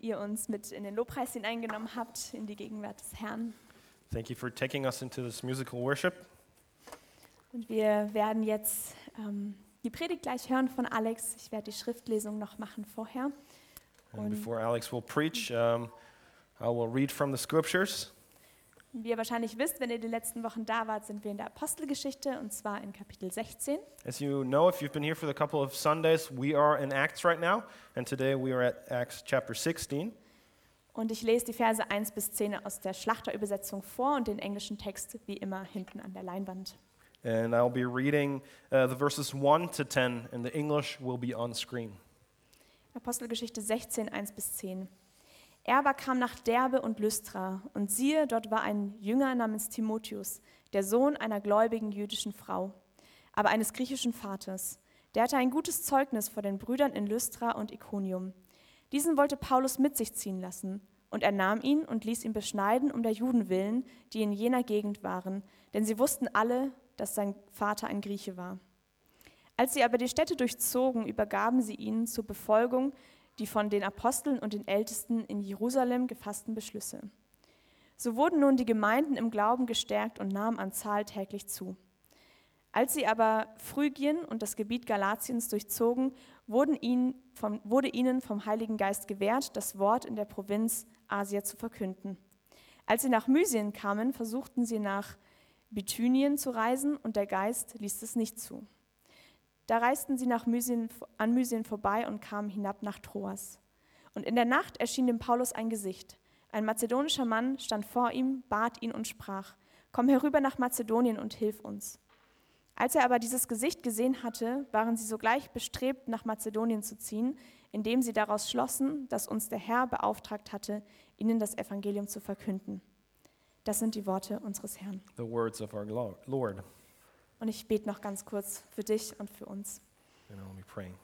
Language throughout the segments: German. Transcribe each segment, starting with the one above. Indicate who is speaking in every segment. Speaker 1: ihr uns mit in den Lobpreis hineingenommen habt, in die Gegenwart des Herrn.
Speaker 2: Thank you for taking us into this musical worship.
Speaker 1: Und wir werden jetzt ähm, die Predigt gleich hören von Alex. Ich werde die Schriftlesung noch machen vorher.
Speaker 2: And
Speaker 1: Und-
Speaker 2: before Alex will preach, um, I will read from the scriptures.
Speaker 1: Wie ihr wahrscheinlich wisst, wenn ihr die letzten Wochen da wart, sind wir in der Apostelgeschichte und zwar in Kapitel 16.
Speaker 2: As you know, if you've been here for the couple of Sundays, we are in Acts right now, and today we are at Acts chapter 16.
Speaker 1: Und ich lese die Verse 1 bis 10 aus der Schlachterübersetzung vor und den englischen Text wie immer hinten an der Leinwand.
Speaker 2: And I'll be reading uh, the verses 1 to 10, and the English will be on screen.
Speaker 1: Apostelgeschichte 16, 1 bis 10. Er aber kam nach Derbe und Lystra, und siehe, dort war ein Jünger namens Timotheus, der Sohn einer gläubigen jüdischen Frau, aber eines griechischen Vaters. Der hatte ein gutes Zeugnis vor den Brüdern in Lystra und Ikonium. Diesen wollte Paulus mit sich ziehen lassen, und er nahm ihn und ließ ihn beschneiden um der Juden willen, die in jener Gegend waren, denn sie wussten alle, dass sein Vater ein Grieche war. Als sie aber die Städte durchzogen, übergaben sie ihnen zur Befolgung die von den Aposteln und den Ältesten in Jerusalem gefassten Beschlüsse. So wurden nun die Gemeinden im Glauben gestärkt und nahmen an Zahl täglich zu. Als sie aber Phrygien und das Gebiet Galatiens durchzogen, wurden ihnen vom, wurde ihnen vom Heiligen Geist gewährt, das Wort in der Provinz Asia zu verkünden. Als sie nach Mysien kamen, versuchten sie nach Bithynien zu reisen und der Geist ließ es nicht zu. Da reisten sie nach Mysien, an Mysien vorbei und kamen hinab nach Troas. Und in der Nacht erschien dem Paulus ein Gesicht. Ein mazedonischer Mann stand vor ihm, bat ihn und sprach, Komm herüber nach Mazedonien und hilf uns. Als er aber dieses Gesicht gesehen hatte, waren sie sogleich bestrebt, nach Mazedonien zu ziehen, indem sie daraus schlossen, dass uns der Herr beauftragt hatte, ihnen das Evangelium zu verkünden. Das sind die Worte unseres Herrn.
Speaker 2: The words of our Lo- Lord.
Speaker 1: Und ich bete noch ganz kurz für dich und für uns.
Speaker 2: And I'll be praying.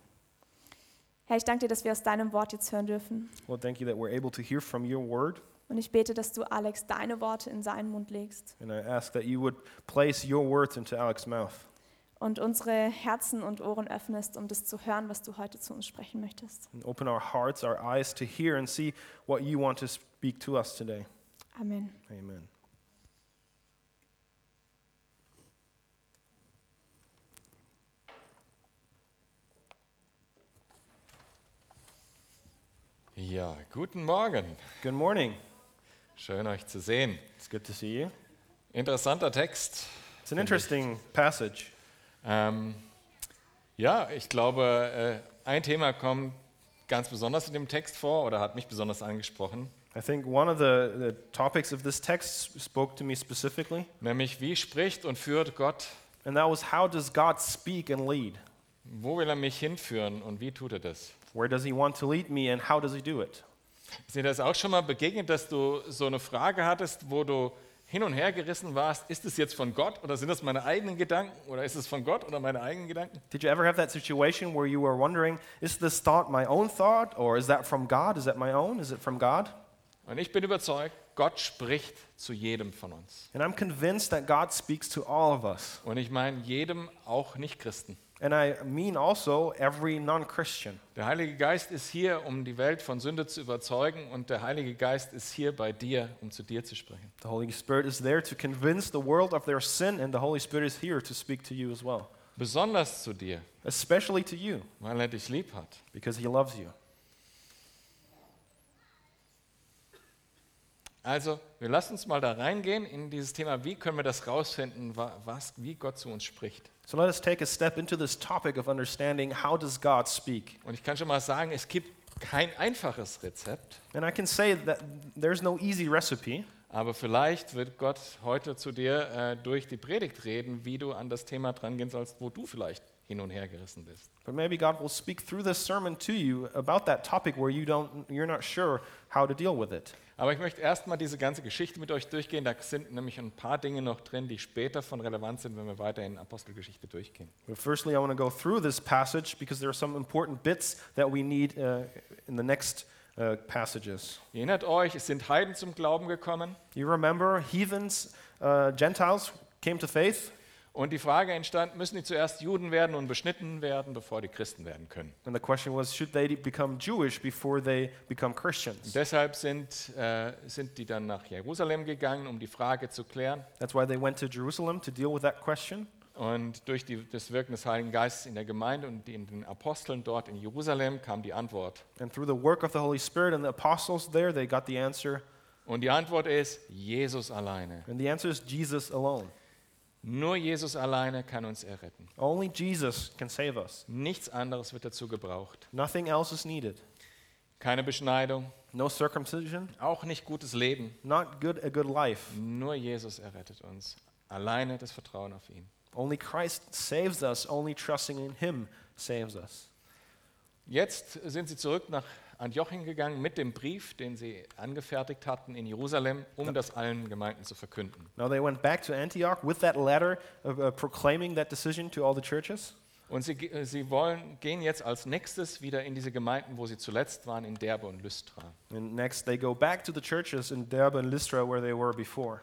Speaker 1: Herr, ich danke dir, dass wir aus deinem Wort jetzt hören dürfen.
Speaker 2: Lord, thank you that we're able to hear from your word.
Speaker 1: Und ich bete, dass du, Alex, deine Worte in seinen Mund legst
Speaker 2: And I ask that you would place your words into Alex's mouth.
Speaker 1: und unsere Herzen und Ohren öffnest, um das zu hören, was du heute zu uns sprechen möchtest.
Speaker 2: And open our hearts, our eyes to hear and see what you want to speak to us today.
Speaker 1: Amen.
Speaker 2: Amen.
Speaker 3: Ja, guten Morgen.
Speaker 2: Good morning.
Speaker 3: Schön euch zu sehen.
Speaker 2: It's good to see you.
Speaker 3: Interessanter Text.
Speaker 2: It's an interesting passage.
Speaker 3: Ähm, ja, ich glaube, äh, ein Thema kommt ganz besonders in dem Text vor oder hat mich besonders angesprochen,
Speaker 2: I think one of the, the topics of this text spoke to me specifically,
Speaker 3: nämlich wie spricht und führt Gott,
Speaker 2: and that was how does God speak and lead?
Speaker 3: wo will er mich hinführen und wie tut er das?
Speaker 2: Where does He want to lead me, and how does He do it?
Speaker 3: Ist dir das auch schon mal begegnet, dass du so eine Frage hattest, wo du hin und her gerissen warst, ist es jetzt von Gott oder sind das meine eigenen Gedanken oder ist es von Gott oder meine eigenen Gedanken?
Speaker 2: Did you ever have that situation where you were wondering, is this thought my own thought, or is that from God? Is that my own? Is it from God?
Speaker 3: Und ich bin überzeugt, Gott spricht zu jedem von uns.
Speaker 2: And I'm convinced that God speaks to all of us.
Speaker 3: Und ich meine jedem, auch Nichtchristen.
Speaker 2: And I mean also every non Christian.
Speaker 3: Der Heilige Geist ist hier, um die Welt von Sünde zu überzeugen und der Heilige Geist ist hier bei dir, um zu dir zu sprechen.
Speaker 2: The Holy Spirit is there to convince the world of their sin, and the Holy Spirit is here to speak to you as well,
Speaker 3: Besonders zu dir,
Speaker 2: especially to you,
Speaker 3: weil er dich lieb hat.
Speaker 2: because He loves you.
Speaker 3: Also, wir lassen uns mal da reingehen in dieses Thema, wie können wir das rausfinden, wa- was, wie Gott zu uns spricht.
Speaker 2: So let us take a step into this topic of understanding how does God speak?
Speaker 3: Und ich kann schon mal sagen, es gibt kein einfaches Rezept,
Speaker 2: And I can say that there's no easy recipe,
Speaker 3: aber vielleicht wird Gott heute zu dir äh, durch die Predigt reden, wie du an das Thema drangehen sollst, wo du vielleicht hin und her gerissen bist.
Speaker 2: but maybe God will speak through this sermon to you about that topic where you don't you're not sure how to deal with it.
Speaker 3: Aber ich möchte erstmal diese ganze Geschichte mit euch durchgehen. Da sind nämlich ein paar Dinge noch drin, die später von Relevanz sind, wenn wir weiter in Apostelgeschichte durchgehen.
Speaker 2: But firstly, I want to go through this passage because there are some important bits that we need uh, in the next uh, passages.
Speaker 3: Ihr erinnert euch, es sind Heiden zum Glauben gekommen
Speaker 2: You remember heathens, uh, Gentiles came to faith,
Speaker 3: Und die Frage entstand, müssen die zuerst Juden werden und beschnitten werden, bevor die Christen werden können?
Speaker 2: And the question was should they become Jewish before they become
Speaker 3: Und
Speaker 2: Christians?
Speaker 3: deshalb sind, äh, sind die dann nach Jerusalem gegangen, um die Frage zu klären.
Speaker 2: That's why they went to Jerusalem to deal with that question.
Speaker 3: Und durch die, das Wirken des Heiligen Geistes in der Gemeinde und die- in den Aposteln dort in Jerusalem kam die Antwort.
Speaker 2: And through the work of the Holy Spirit and the apostles there, they got the answer.
Speaker 3: Und die Antwort ist Jesus alleine.
Speaker 2: And the answer is Jesus alone.
Speaker 3: Nur Jesus alleine kann uns erretten.
Speaker 2: Only Jesus can save us.
Speaker 3: Nichts anderes wird dazu gebraucht.
Speaker 2: Nothing else is needed.
Speaker 3: Keine Beschneidung,
Speaker 2: No circumcision,
Speaker 3: auch nicht gutes Leben.
Speaker 2: not good a good life.
Speaker 3: Nur Jesus errettet uns. Alleine das Vertrauen auf ihn.
Speaker 2: Only Christ saves us. Only trusting in him saves us.
Speaker 3: Jetzt sind sie zurück nach Antiochien gegangen mit dem Brief, den sie angefertigt hatten in Jerusalem, um das allen Gemeinden zu verkünden.
Speaker 2: Now they went back to Antioch with that letter of, uh, proclaiming that decision to all the churches.
Speaker 3: Und sie, ge- sie wollen, gehen jetzt als nächstes wieder in diese Gemeinden, wo sie zuletzt waren, in Derbe und Lystra.
Speaker 2: And next they go back to the churches in Derbe and Lystra where they were before.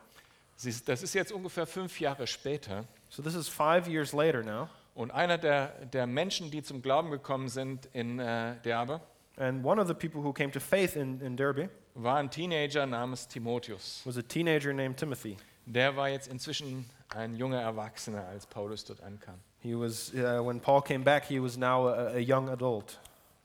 Speaker 3: Sie, das ist jetzt ungefähr fünf Jahre später.
Speaker 2: So this is five years later now.
Speaker 3: Und einer der, der Menschen, die zum Glauben gekommen sind in äh, Derbe,
Speaker 2: And one of the people who came to faith in, in Derby
Speaker 3: war ein Teenager namens Timotheus.
Speaker 2: was a teenager named Timothy.
Speaker 3: Der war jetzt inzwischen ein junger Erwachsener, als Paulus dort ankam.
Speaker 2: He was, uh, when Paul came back, he was now a, a young adult.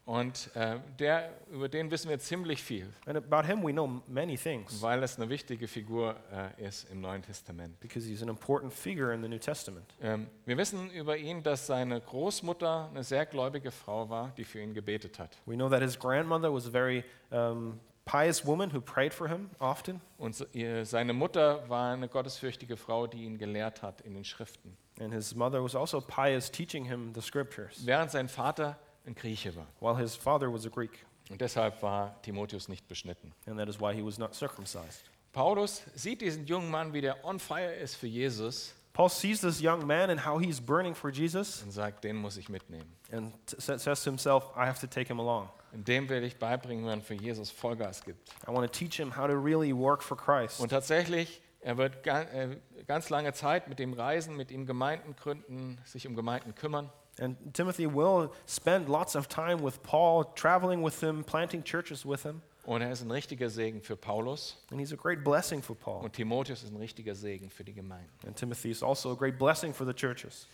Speaker 3: Und äh, der, über den wissen wir ziemlich viel,
Speaker 2: And about him, we know m- many things
Speaker 3: weil das eine wichtige Figur äh, ist im Neuen Testament.
Speaker 2: because he's an important figure in the New Testament.
Speaker 3: Ähm, wir wissen über ihn, dass seine Großmutter eine sehr gläubige Frau war, die für ihn gebetet hat.
Speaker 2: We know that his grandmother was a very um, pious woman who prayed for him often,
Speaker 3: Und se- ihr- seine Mutter war eine gottesfürchtige Frau, die ihn gelehrt hat in den Schriften,
Speaker 2: and his mother was also pious, teaching him the scriptures,
Speaker 3: während sein Vater ein Grieche war.
Speaker 2: while his father was a Greek,
Speaker 3: Und deshalb war Timotheus nicht beschnitten.
Speaker 2: and that is why he was not circumcised.
Speaker 3: Paulus sieht diesen jungen Mann, wie der on fire ist für Jesus
Speaker 2: Paul sees this young man and how he's burning for Jesus
Speaker 3: und sagt, den muss ich mitnehmen.
Speaker 2: and t- sa- says to himself, I have to take him along.
Speaker 3: Und dem will ich beibringen, wie man für Jesus Vollgas gibt.
Speaker 2: I want to teach him how to really work for Christ.
Speaker 3: Und tatsächlich, er wird ga- äh, ganz lange Zeit mit dem Reisen, mit ihm Gemeinden gründen, sich um Gemeinden kümmern.
Speaker 2: And Timothy will spend lots of time with Paul, traveling with him, planting churches with him.
Speaker 3: Und er ist ein richtiger Segen für Paulus.
Speaker 2: And he's a great blessing for Paul.
Speaker 3: Und Timotheus ist ein richtiger Segen für die Gemeinden.
Speaker 2: And Timothy is also a great blessing for the churches.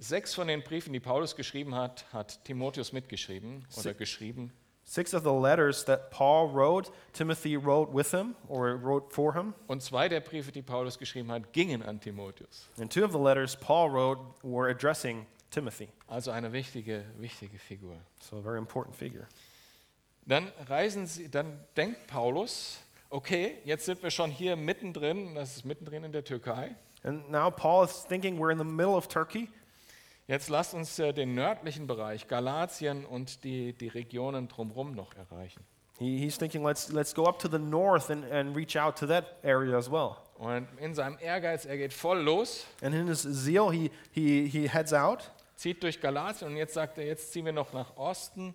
Speaker 3: Sechs von den Briefen, die Paulus geschrieben hat, hat Timotheus mitgeschrieben oder
Speaker 2: Sie-
Speaker 3: geschrieben.
Speaker 2: Six of the letters that Paul wrote, Timothy wrote with him or wrote for him.
Speaker 3: Und zwei der Briefe, die Paulus geschrieben hat, gingen an Timotheus.
Speaker 2: And two of the letters Paul wrote were addressing Timothy.
Speaker 3: Also eine wichtige, wichtige Figur.
Speaker 2: So, a very important figure.
Speaker 3: Dann reisen sie, dann denkt Paulus, okay, jetzt sind wir schon hier mittendrin, das ist mittendrin in der Türkei.
Speaker 2: And now Paul is thinking we're in the middle of Turkey.
Speaker 3: Jetzt lasst uns äh, den nördlichen Bereich, Galatien und die, die Regionen drumherum noch erreichen.
Speaker 2: He, he's thinking, let's, let's go up to the north and, and reach out to that area as well.
Speaker 3: Und in seinem Ehrgeiz, er geht voll los,
Speaker 2: And in his zeal, he, he, he heads out
Speaker 3: zieht durch Galatien und jetzt sagt er, jetzt ziehen wir noch nach Osten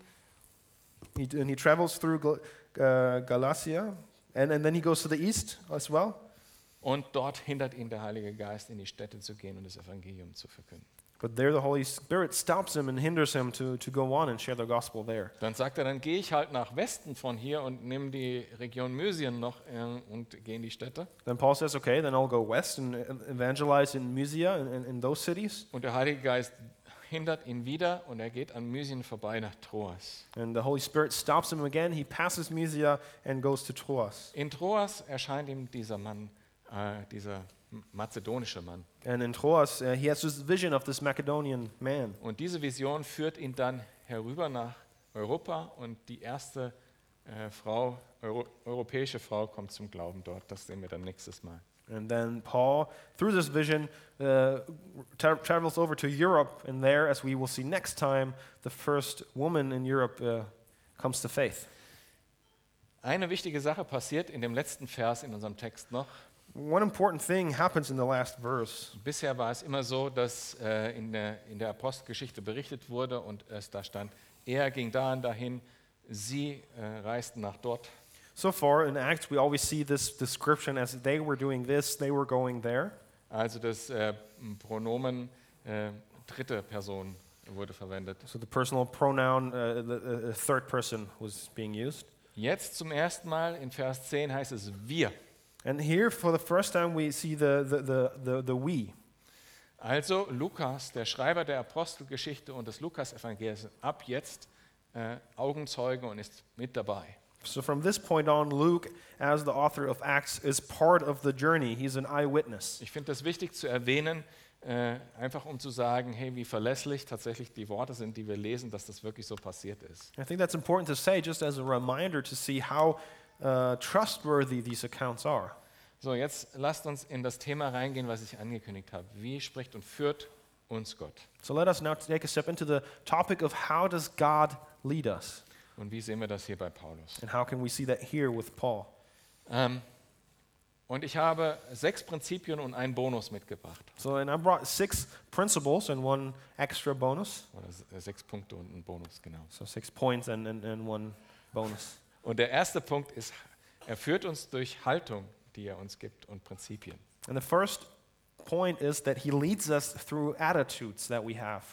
Speaker 2: he, and he travels through Gal- uh, Galatia. And, and then he goes to the east as well.
Speaker 3: und dort hindert ihn der Heilige Geist, in die Städte zu gehen und das Evangelium zu verkünden.
Speaker 2: But there, the Holy Spirit stops him and hinders him to, to go on and share the gospel there.
Speaker 3: Dann sagt er, dann gehe ich halt nach Westen von hier und nehme die Region Mysien noch äh, und gehe in die Städte.
Speaker 2: Then Paul says, okay, then I'll go west and e- evangelize in Mysia and in, in those cities.
Speaker 3: Und der Heilige Geist hindert ihn wieder und er geht an Mysien vorbei nach Troas.
Speaker 2: And the Holy Spirit stops him again. He passes Mysia and goes to Troas.
Speaker 3: In Troas erscheint ihm dieser Mann, äh, dieser m- mazedonische Mann.
Speaker 2: And in Troas, uh, he has this vision of this Macedonian man.
Speaker 3: Und diese Vision führt ihn dann herüber nach Europa und die erste äh, Frau, Euro, europäische Frau kommt zum Glauben dort. Das sehen wir dann nächstes Mal.
Speaker 2: And then Paul, through this vision, uh, tra- travels over to Europe, and there, as we will see next time, the first woman in Europe uh, comes to faith.
Speaker 3: Eine wichtige Sache passiert in dem letzten Vers in unserem Text noch.
Speaker 2: One important thing happens in the last verse.
Speaker 3: Bisher war es immer so, dass äh, in, der, in der Apostelgeschichte berichtet wurde und es da stand, er ging da und dahin, sie äh, reisten nach dort.
Speaker 2: So far in Acts, we always see this description as they were doing this, they were going there.
Speaker 3: Also das äh, Pronomen äh, dritte Person wurde verwendet.
Speaker 2: So the personal pronoun, uh, the uh, third person, was being used.
Speaker 3: Jetzt zum ersten Mal in Vers 10 heißt es wir.
Speaker 2: And here, for the first time, we see the, the, the, the, the we.
Speaker 3: Also Lukas, der Schreiber der Apostelgeschichte und des Lukas-Evangeliums, sind ab jetzt äh, Augenzeuge und ist mit dabei.
Speaker 2: So from this point on, Luke, as the author of Acts, is part of the journey. He's an eyewitness.
Speaker 3: Ich finde das wichtig zu erwähnen, äh, einfach um zu sagen, hey, wie verlässlich tatsächlich die Worte sind, die wir lesen, dass das wirklich so passiert ist.
Speaker 2: I think that's important to say, just as a reminder to see how uh, trustworthy these accounts are.
Speaker 3: So, jetzt lasst uns in das Thema reingehen, was ich angekündigt habe. Wie spricht und führt uns Gott?
Speaker 2: So let us now take a step into the topic of how does God lead us,
Speaker 3: Und wie sehen wir das hier bei Paulus?
Speaker 2: and how can we see that here with Paul?
Speaker 3: Ähm, und ich habe sechs Prinzipien und einen Bonus mitgebracht.
Speaker 2: So, and I brought six principles and one extra bonus.
Speaker 3: Oder se- äh, sechs Punkte und einen Bonus, genau.
Speaker 2: So six points and, and, and one bonus.
Speaker 3: Und der erste Punkt ist, er führt uns durch Haltung, die er uns gibt und Prinzipien.
Speaker 2: And the first point is that he leads us through attitudes that we have,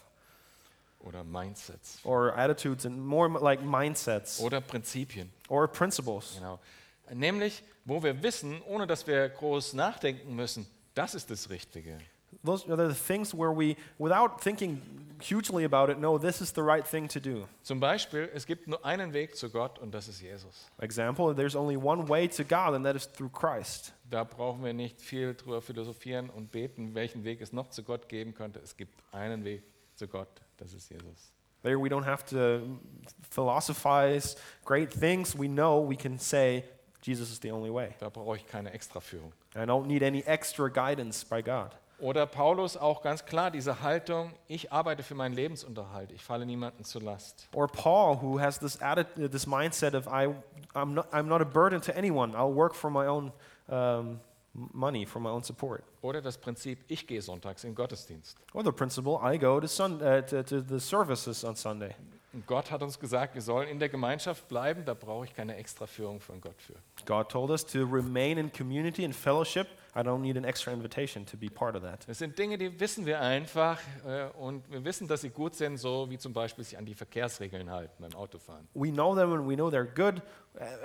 Speaker 3: Oder Mindsets.
Speaker 2: or attitudes and more like mindsets
Speaker 3: Oder Prinzipien.
Speaker 2: or principles.
Speaker 3: Genau. Nämlich, wo wir wissen, ohne dass wir groß nachdenken müssen, das ist das Richtige.
Speaker 2: Those are the things where we, without thinking hugely about it, know this is the right thing to do.
Speaker 3: Zum Beispiel, es gibt nur einen Weg zu Gott und das ist Jesus.
Speaker 2: Example, there's only one way to God, and that is through Christ.
Speaker 3: Da brauchen wir nicht viel drüber philosophieren und beten, welchen Weg es noch zu Gott geben könnte. Es gibt einen Weg zu Gott, das ist Jesus.
Speaker 2: There we don't have to philosophize great things. We know we can say Jesus is the only way.
Speaker 3: Da brauche ich keine Extraführung.
Speaker 2: I don't need any extra guidance by God.
Speaker 3: Oder Paulus auch ganz klar diese Haltung, ich arbeite für meinen Lebensunterhalt, ich falle niemandem zur Last.
Speaker 2: Or Paul, who has this, atti- this mindset of, I, I'm, not, I'm not a burden to anyone. I'll work for my own um, m- money, for my own support.
Speaker 3: Oder das Prinzip, ich gehe sonntags in den Gottesdienst.
Speaker 2: Or the principle, I go to, sun, uh, to, to the services on Sunday.
Speaker 3: Und Gott hat uns gesagt, wir sollen in der Gemeinschaft bleiben, da brauche ich keine Extraführung von Gott für.
Speaker 2: God told us to remain in community and fellowship. I don't need an extra invitation to be part of that.
Speaker 3: Das sind Dinge, die wissen wir einfach äh, und wir wissen, dass sie gut sind, so wie zum Beispiel sich an die Verkehrsregeln halten beim Autofahren.
Speaker 2: we know them and we know they're good.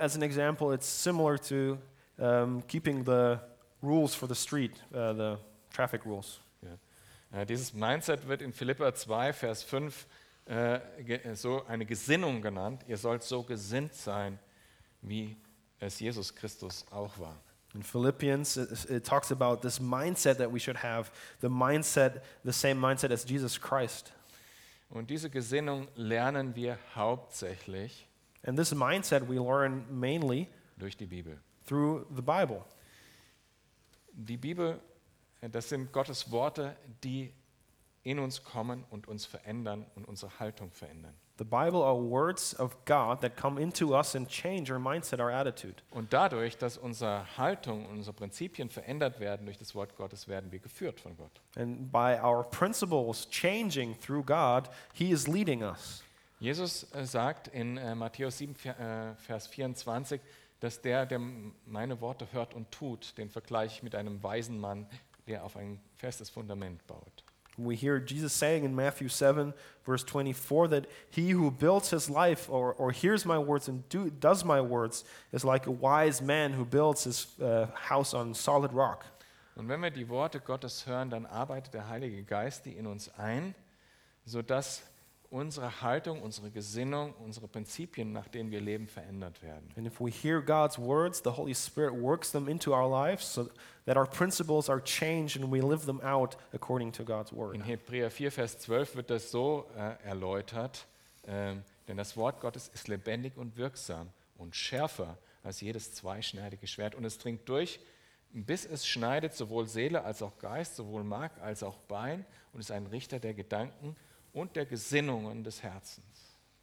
Speaker 2: As an example, it's similar to um, keeping the rules for the street, uh, the traffic rules.
Speaker 3: Ja. Äh, dieses Mindset wird in Philippa 2, Vers 5 äh, ge- äh, so eine Gesinnung genannt. Ihr sollt so gesinnt sein, wie es Jesus Christus auch war.
Speaker 2: In Philippians, it, it talks about this mindset that we should have, the mindset, the same mindset as Jesus Christ.
Speaker 3: Und diese Gesinnung lernen wir hauptsächlich
Speaker 2: And this mindset we learn mainly
Speaker 3: durch die Bibel.
Speaker 2: through the Bible.
Speaker 3: Die Bibel, äh, das sind Gottes Worte, die in uns kommen und uns verändern und unsere Haltung verändern.
Speaker 2: The Bible are words of God that come into us and change our mindset, our attitude.
Speaker 3: Und dadurch, dass unsere Haltung und unsere Prinzipien verändert werden durch das Wort Gottes, werden wir geführt von Gott.
Speaker 2: And by our principles changing through God, He is leading us.
Speaker 3: Jesus äh, sagt in äh, Matthäus 7, Ver- äh, Vers 24, dass der, der m- meine Worte hört und tut, den Vergleich mit einem weisen Mann, der auf ein festes Fundament baut.
Speaker 2: We hear Jesus saying in Matthew 7, verse 24, that he who builds his life or, or hears my words and do, does my words is like a wise man who builds his uh, house on solid rock.
Speaker 3: Und wenn wir die Worte Gottes hören, dann arbeitet der Heilige Geist die in uns ein, sodass unsere Haltung, unsere Gesinnung, unsere Prinzipien, nach denen wir leben, verändert werden.
Speaker 2: And if we hear God's words, the Holy Spirit works them into our lives so that our principles are changed and we live them out according to God's word.
Speaker 3: In Hebräer 4, Vers 12 wird das so äh, erläutert, ähm, denn das Wort Gottes ist lebendig und wirksam und schärfer als jedes zweischneidige Schwert und es dringt durch, bis es schneidet sowohl Seele als auch Geist, sowohl Mark als auch Bein und ist ein Richter der Gedanken und der Gesinnungen des Herzens.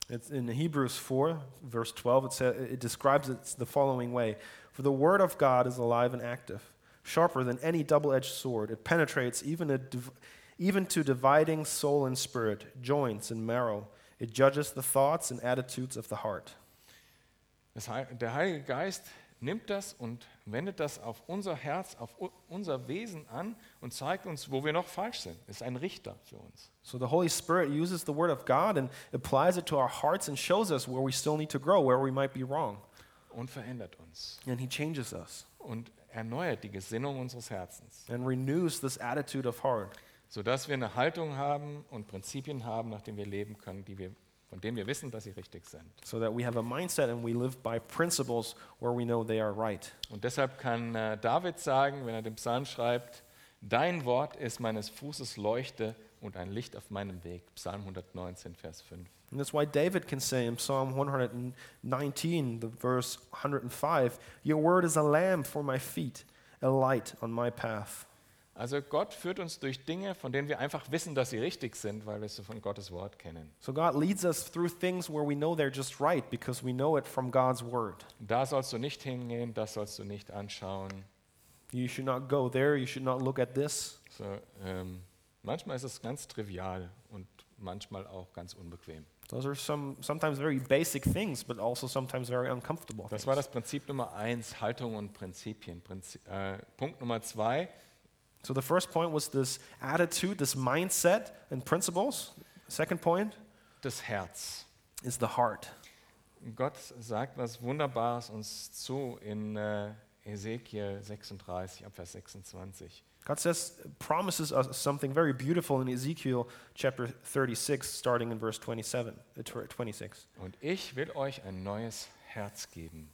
Speaker 2: It's in Hebrews 4, verse 12, it, sa it describes it the following way For the word of God is alive and active, sharper than any double edged sword. It penetrates even, a div- even to dividing soul and spirit, joints and marrow. It judges the thoughts and attitudes of the heart.
Speaker 3: Das Heil- der Heilige Geist nimmt das und wendet das auf unser Herz, auf u- unser Wesen an und zeigt uns, wo wir noch falsch sind. Ist ein Richter für uns.
Speaker 2: So the Holy Spirit uses the Word of God and applies it to our hearts and shows us where we still need to grow, where we might be wrong.
Speaker 3: und verändert uns
Speaker 2: And He changes us
Speaker 3: und erneuert die Gesinnung unseres Herzens,
Speaker 2: and renews this attitude of heart
Speaker 3: sodass wir eine Haltung haben und Prinzipien haben, nach denen wir leben können, die wir, von denen wir wissen, dass sie richtig sind.
Speaker 2: so that we have a mindset and we live by principles where we know they are right.
Speaker 3: Und deshalb kann äh, David sagen, wenn er den Psalm schreibt, Dein Wort ist meines Fußes Leuchte und ein Licht auf meinem Weg. Psalm 119, Vers 5.
Speaker 2: And that's why David can say in Psalm 119, the verse 105, Your word is a lamp for my feet, a light on my path.
Speaker 3: Also Gott führt uns durch Dinge, von denen wir einfach wissen, dass sie richtig sind, weil wir sie von Gottes Wort kennen.
Speaker 2: So God leads us through things where we know they're just right because we know it from God's word.
Speaker 3: Da sollst du nicht hingehen, das sollst du nicht anschauen.
Speaker 2: You should not go there, you should not look at this.
Speaker 3: So, ähm, manchmal ist es ganz trivial und manchmal auch ganz unbequem.
Speaker 2: Those are some sometimes very basic things, but also sometimes very uncomfortable.
Speaker 3: Das
Speaker 2: things.
Speaker 3: war das Prinzip Nummer eins, Haltung und Prinzipien. Prinzi äh, Punkt Nummer zwei,
Speaker 2: So the first point was this attitude, this mindset and principles. Second point
Speaker 3: das Herz.
Speaker 2: is the heart.
Speaker 3: Gott sagt was Wunderbares uns zu in äh, Ezekiel 36, ab Vers 26.
Speaker 2: God says promises us something very beautiful in Ezekiel chapter 36 starting in verse 27 uh, tw- 26.
Speaker 3: Und ich will euch ein neues Herz geben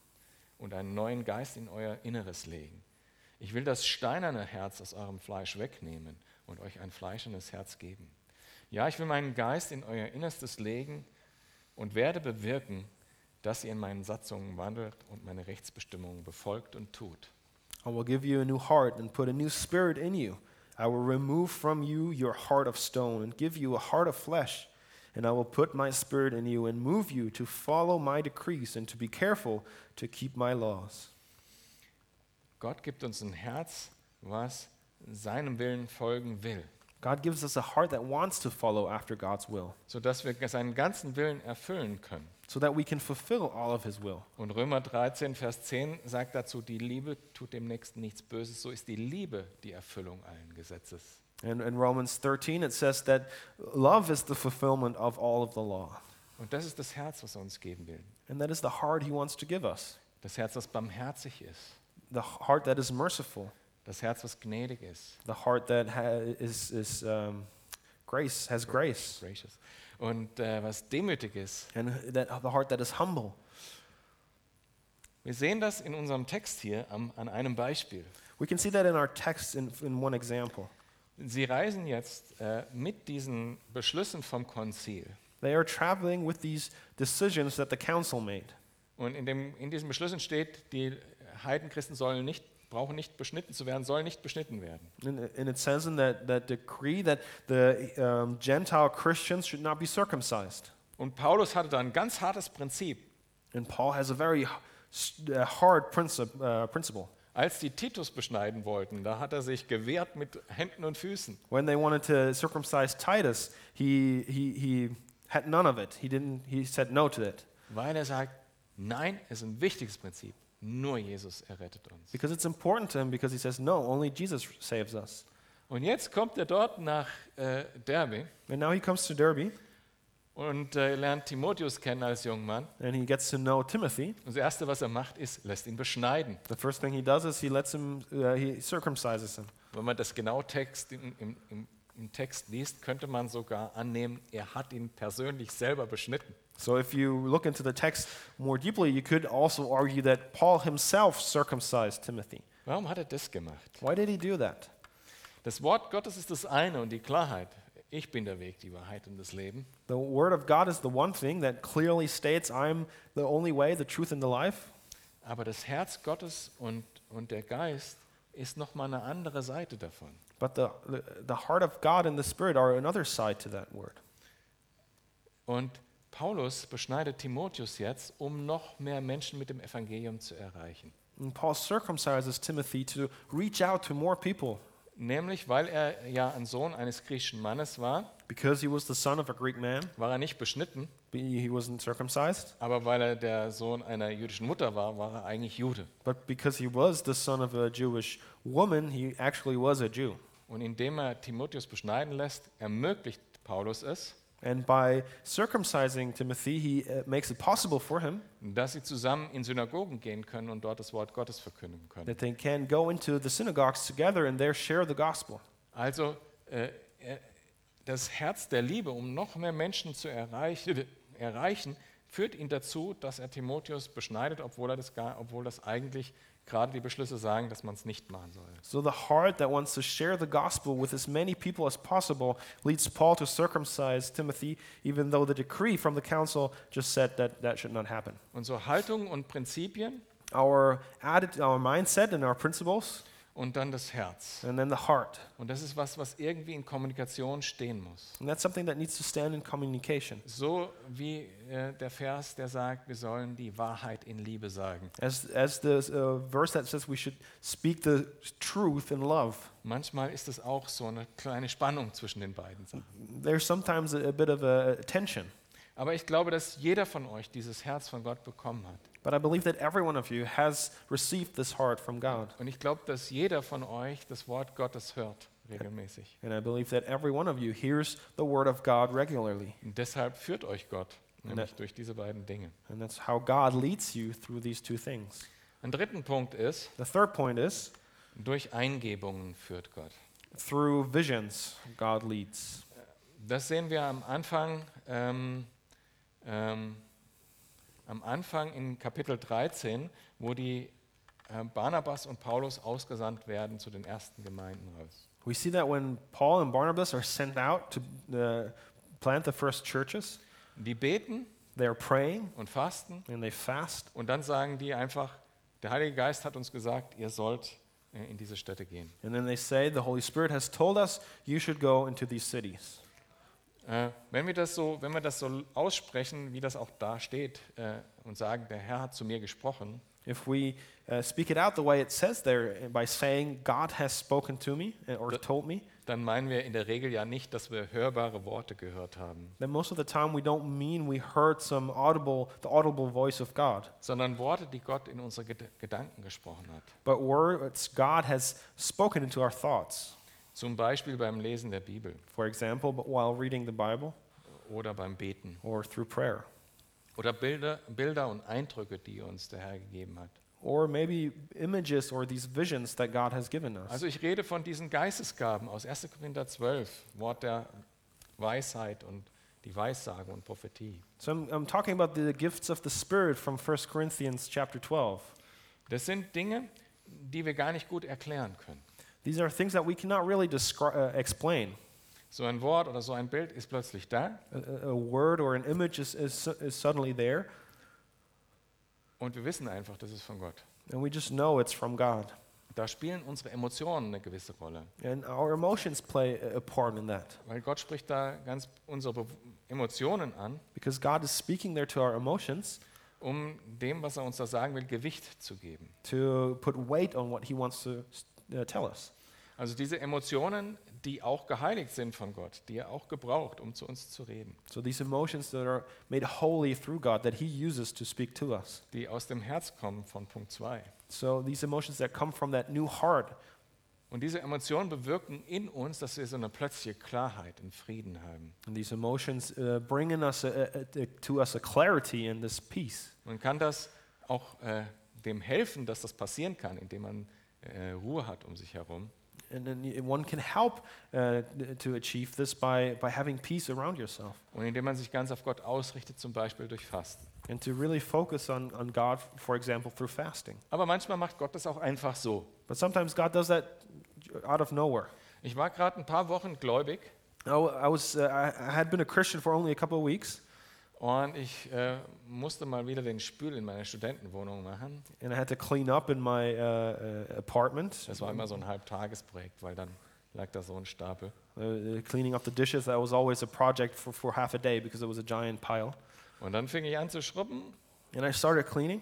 Speaker 3: und einen neuen Geist in euer Inneres legen. Ich will das steinerne Herz aus eurem Fleisch wegnehmen und euch ein fleischernes Herz geben. Ja, ich will meinen Geist in euer Innerstes legen und werde bewirken, dass ihr in meinen Satzungen wandelt und meine Rechtsbestimmungen befolgt und tut.
Speaker 2: I will give you a new heart and put a new spirit in you. I will remove from you your heart of stone and give you a heart of flesh. And I will put my spirit in you and move you to follow my decrees and to be careful to keep my laws.
Speaker 3: Gott gibt uns ein Herz, was seinem Willen folgen will,
Speaker 2: God gives us a heart that wants to follow after God's will
Speaker 3: sodass wir seinen ganzen Willen erfüllen können.
Speaker 2: so that we can fulfill all of his will.
Speaker 3: Und Römer 13, Vers 10 sagt dazu, die Liebe tut dem Nächsten nichts Böses, so ist die Liebe die Erfüllung allen Gesetzes.
Speaker 2: And in Romans 13, it says that love is the fulfillment of all of the law.
Speaker 3: Und das ist das Herz, was er uns geben will.
Speaker 2: And that is the heart he wants to give us
Speaker 3: Das Herz, das barmherzig ist.
Speaker 2: the heart that is merciful.
Speaker 3: Das Herz, was gnädig ist.
Speaker 2: the heart that ha- is, is um, grace has grace
Speaker 3: Gracious. Und äh, was demütig ist.
Speaker 2: and that the heart that is humble
Speaker 3: Wir sehen das in unserem Text hier am, an einem Beispiel.
Speaker 2: we can see that in our text in, in one example
Speaker 3: Sie reisen jetzt äh, mit diesen Beschlüssen vom Konzil.
Speaker 2: they are traveling with these decisions that the council made
Speaker 3: Und in, dem, in diesen Beschlüssen steht, die Heidenchristen sollen nicht, brauchen nicht beschnitten zu werden, sollen nicht beschnitten werden.
Speaker 2: and, and it says in that, that decree that the um, gentile christians should not be circumcised
Speaker 3: Und Paulus hatte da ein ganz hartes Prinzip.
Speaker 2: and paul has a very h- s- uh, hard princip- uh, principle
Speaker 3: Als die Titus beschneiden wollten, da hat er sich gewehrt mit Händen und Füßen.
Speaker 2: when they wanted to circumcise titus he, he, he had none of it he, didn't, he said no to it
Speaker 3: Weil er sagt, nein, es ist ein wichtiges Prinzip. Nur Jesus errettet uns.
Speaker 2: Because it's important to him because he says, no, only Jesus saves us.
Speaker 3: Und jetzt kommt er dort nach äh, Derby
Speaker 2: And now he comes to Derby
Speaker 3: und äh, lernt Timotheus kennen als junger Mann.
Speaker 2: and he gets to know Timothy.
Speaker 3: Und das Erste, was er macht, ist, lässt ihn beschneiden.
Speaker 2: The first thing he does is he lets him, uh, he circumcises him.
Speaker 3: Wenn man das genau Text im, im, im, im Text liest, könnte man sogar annehmen, er hat ihn persönlich selber beschnitten.
Speaker 2: So if you look into the text more deeply, you could also argue that Paul himself circumcised Timothy.
Speaker 3: Warum hat er das gemacht?
Speaker 2: Why did he do that?
Speaker 3: Das Wort Gottes ist das eine und die Klarheit. Ich bin der Weg, die Wahrheit und das Leben.
Speaker 2: The word of God is the one thing that clearly states, I'm the only way, the truth, and the life.
Speaker 3: Aber das Herz Gottes und, und der Geist ist nochmal eine andere Seite davon.
Speaker 2: But the, the, the heart of God and the Spirit are another side to that word.
Speaker 3: Und Paulus beschneidet Timotheus jetzt, um noch mehr Menschen mit dem Evangelium zu erreichen.
Speaker 2: And Paul circumcises Timothy to reach out to more people
Speaker 3: Nämlich, weil er ja ein Sohn eines griechischen Mannes war
Speaker 2: Because he was the son of a Greek man,
Speaker 3: war er nicht beschnitten,
Speaker 2: he he wasn't circumcised,
Speaker 3: aber weil er der Sohn einer jüdischen Mutter war, war er eigentlich Jude.
Speaker 2: but because he was the son of a Jewish woman, he actually was a Jew.
Speaker 3: Und indem er Timotheus beschneiden lässt, ermöglicht Paulus es,
Speaker 2: And by circumcising Timothy, he uh, makes it possible for him
Speaker 3: dass sie zusammen in Synagogen gehen können und dort das Wort Gottes verkünden können.
Speaker 2: that they can go into the synagogues together and there share the gospel.
Speaker 3: Also äh, äh, das Herz der Liebe, um noch mehr Menschen zu erreichen, erreichen, führt ihn dazu, dass er Timotheus beschneidet, obwohl, er das gar, obwohl das eigentlich gerade die Beschlüsse sagen, dass man es nicht machen soll.
Speaker 2: So the heart that wants to share the gospel with as many people as possible leads Paul to circumcise Timothy, even though the decree from the council just said that that should not happen.
Speaker 3: Und so Haltungen und Prinzipien
Speaker 2: Our added, our mindset and our principles,
Speaker 3: und dann das Herz.
Speaker 2: and then the heart,
Speaker 3: Und das ist was, was irgendwie in Kommunikation stehen muss.
Speaker 2: and that's something that needs to stand in communication.
Speaker 3: So wie äh, der Vers, der sagt, wir sollen die Wahrheit in Liebe sagen.
Speaker 2: As as the uh, verse that says we should speak the truth in love.
Speaker 3: Manchmal ist es auch so eine kleine Spannung zwischen den beiden Sachen.
Speaker 2: There's sometimes a, a bit of a tension,
Speaker 3: Aber ich glaube, dass jeder von euch dieses Herz von Gott bekommen hat.
Speaker 2: but I believe that every one of you has received this heart from God.
Speaker 3: Und ich glaube, dass jeder von euch das Wort Gottes hört regelmäßig.
Speaker 2: And I believe that every one of you hears the word of God regularly.
Speaker 3: Und deshalb führt euch Gott, nämlich durch diese beiden Dinge.
Speaker 2: And that's how God leads you through these two things.
Speaker 3: Ein dritten Punkt ist,
Speaker 2: The third point is
Speaker 3: durch Eingebungen führt Gott.
Speaker 2: through visions, God leads.
Speaker 3: Das sehen wir am Anfang, ähm, ähm, am Anfang in Kapitel 13, wo die äh, Barnabas und Paulus ausgesandt werden zu den ersten Gemeinden raus.
Speaker 2: We see that when Paul and Barnabas are sent out to uh, plant the first churches,
Speaker 3: Die beten
Speaker 2: they're praying
Speaker 3: und fasten
Speaker 2: and they fast.
Speaker 3: und dann sagen die einfach, der Heilige Geist hat uns gesagt, ihr sollt äh, in diese Städte gehen.
Speaker 2: And then they say, The Holy Spirit has told us you should go into these cities.
Speaker 3: Äh, wenn, wir das so, wenn wir das so aussprechen, wie das auch da steht, äh, und sagen, der Herr hat zu mir gesprochen,
Speaker 2: If we uh, speak it out the way it says there uh, by saying, God has spoken to me uh, or
Speaker 3: The-
Speaker 2: told me,
Speaker 3: dann meinen wir in der Regel ja nicht, dass wir hörbare Worte gehört haben.
Speaker 2: then most of the time we don't mean we heard some audible the audible voice of god
Speaker 3: sondern Worte, die Gott in unsere Ged Gedanken gesprochen hat.
Speaker 2: but words god has spoken into our thoughts
Speaker 3: Zum Beispiel beim Lesen der Bibel
Speaker 2: for example but while reading the bible
Speaker 3: oder beim Beten
Speaker 2: or through prayer
Speaker 3: oder Bilder, Bilder und Eindrücke, die uns der Herr gegeben hat.
Speaker 2: or maybe images or these visions that god has given us
Speaker 3: Also ich rede von diesen Geistesgaben aus 1. Korinther 12, Wort der Weisheit und die Weissagen und Prophetie.
Speaker 2: so I'm, I'm talking about the gifts of the spirit from 1 corinthians chapter 12
Speaker 3: Das sind Dinge, die wir gar nicht gut erklären können.
Speaker 2: these are things that we cannot really descri- uh, explain
Speaker 3: So ein Wort oder so ein Bild ist plötzlich da
Speaker 2: a, a- a word or an image is, is, su- is suddenly there
Speaker 3: und wir wissen einfach, das ist von Gott.
Speaker 2: and we just know it's from god
Speaker 3: Da spielen unsere Emotionen eine gewisse Rolle.
Speaker 2: and our emotions play a- a part in that
Speaker 3: Weil Gott spricht da ganz unsere Be- Emotionen an,
Speaker 2: Because God is speaking there to our emotions
Speaker 3: um dem, was er uns da sagen will, Gewicht zu geben.
Speaker 2: to put weight on what He wants to uh, tell us.
Speaker 3: Also diese Emotionen, die auch geheiligt sind von Gott, die er auch gebraucht, um zu uns zu reden,
Speaker 2: So these emotions that are made holy through God that He uses to speak to us.
Speaker 3: die aus dem Herz kommen von Punkt 2.
Speaker 2: So these emotions that come from that new heart.
Speaker 3: Und diese Emotionen bewirken in uns, dass wir so eine plötzliche Klarheit und Frieden haben.
Speaker 2: And these emotions uh, bring in us a, a, a, to us a clarity and this peace.
Speaker 3: Man kann das auch äh, dem helfen, dass das passieren kann, indem man äh, Ruhe hat um sich herum.
Speaker 2: And then y- one can help uh, to achieve this by, by having peace around yourself
Speaker 3: Und indem man sich ganz auf Gott ausrichtet, zum Beispiel durch Fasten.
Speaker 2: and to really focus on, on God, for example, through fasting.
Speaker 3: Aber manchmal macht Gott das auch einfach so.
Speaker 2: But sometimes God does that out of nowhere.
Speaker 3: Ich war gerade ein paar Wochen gläubig
Speaker 2: Oh, I was uh, I I had been a Christian for only a couple of weeks,
Speaker 3: und ich äh, musste mal wieder den Spül in meiner Studentenwohnung machen.
Speaker 2: and I had to clean up in my uh, uh, apartment,
Speaker 3: Das war immer so ein Halbtagesprojekt, weil dann lag da so ein Stapel.
Speaker 2: uh, cleaning up the dishes. That was always a project for, for half a day because it was a giant pile.
Speaker 3: Und dann fing ich an zu schrubben
Speaker 2: And I started cleaning,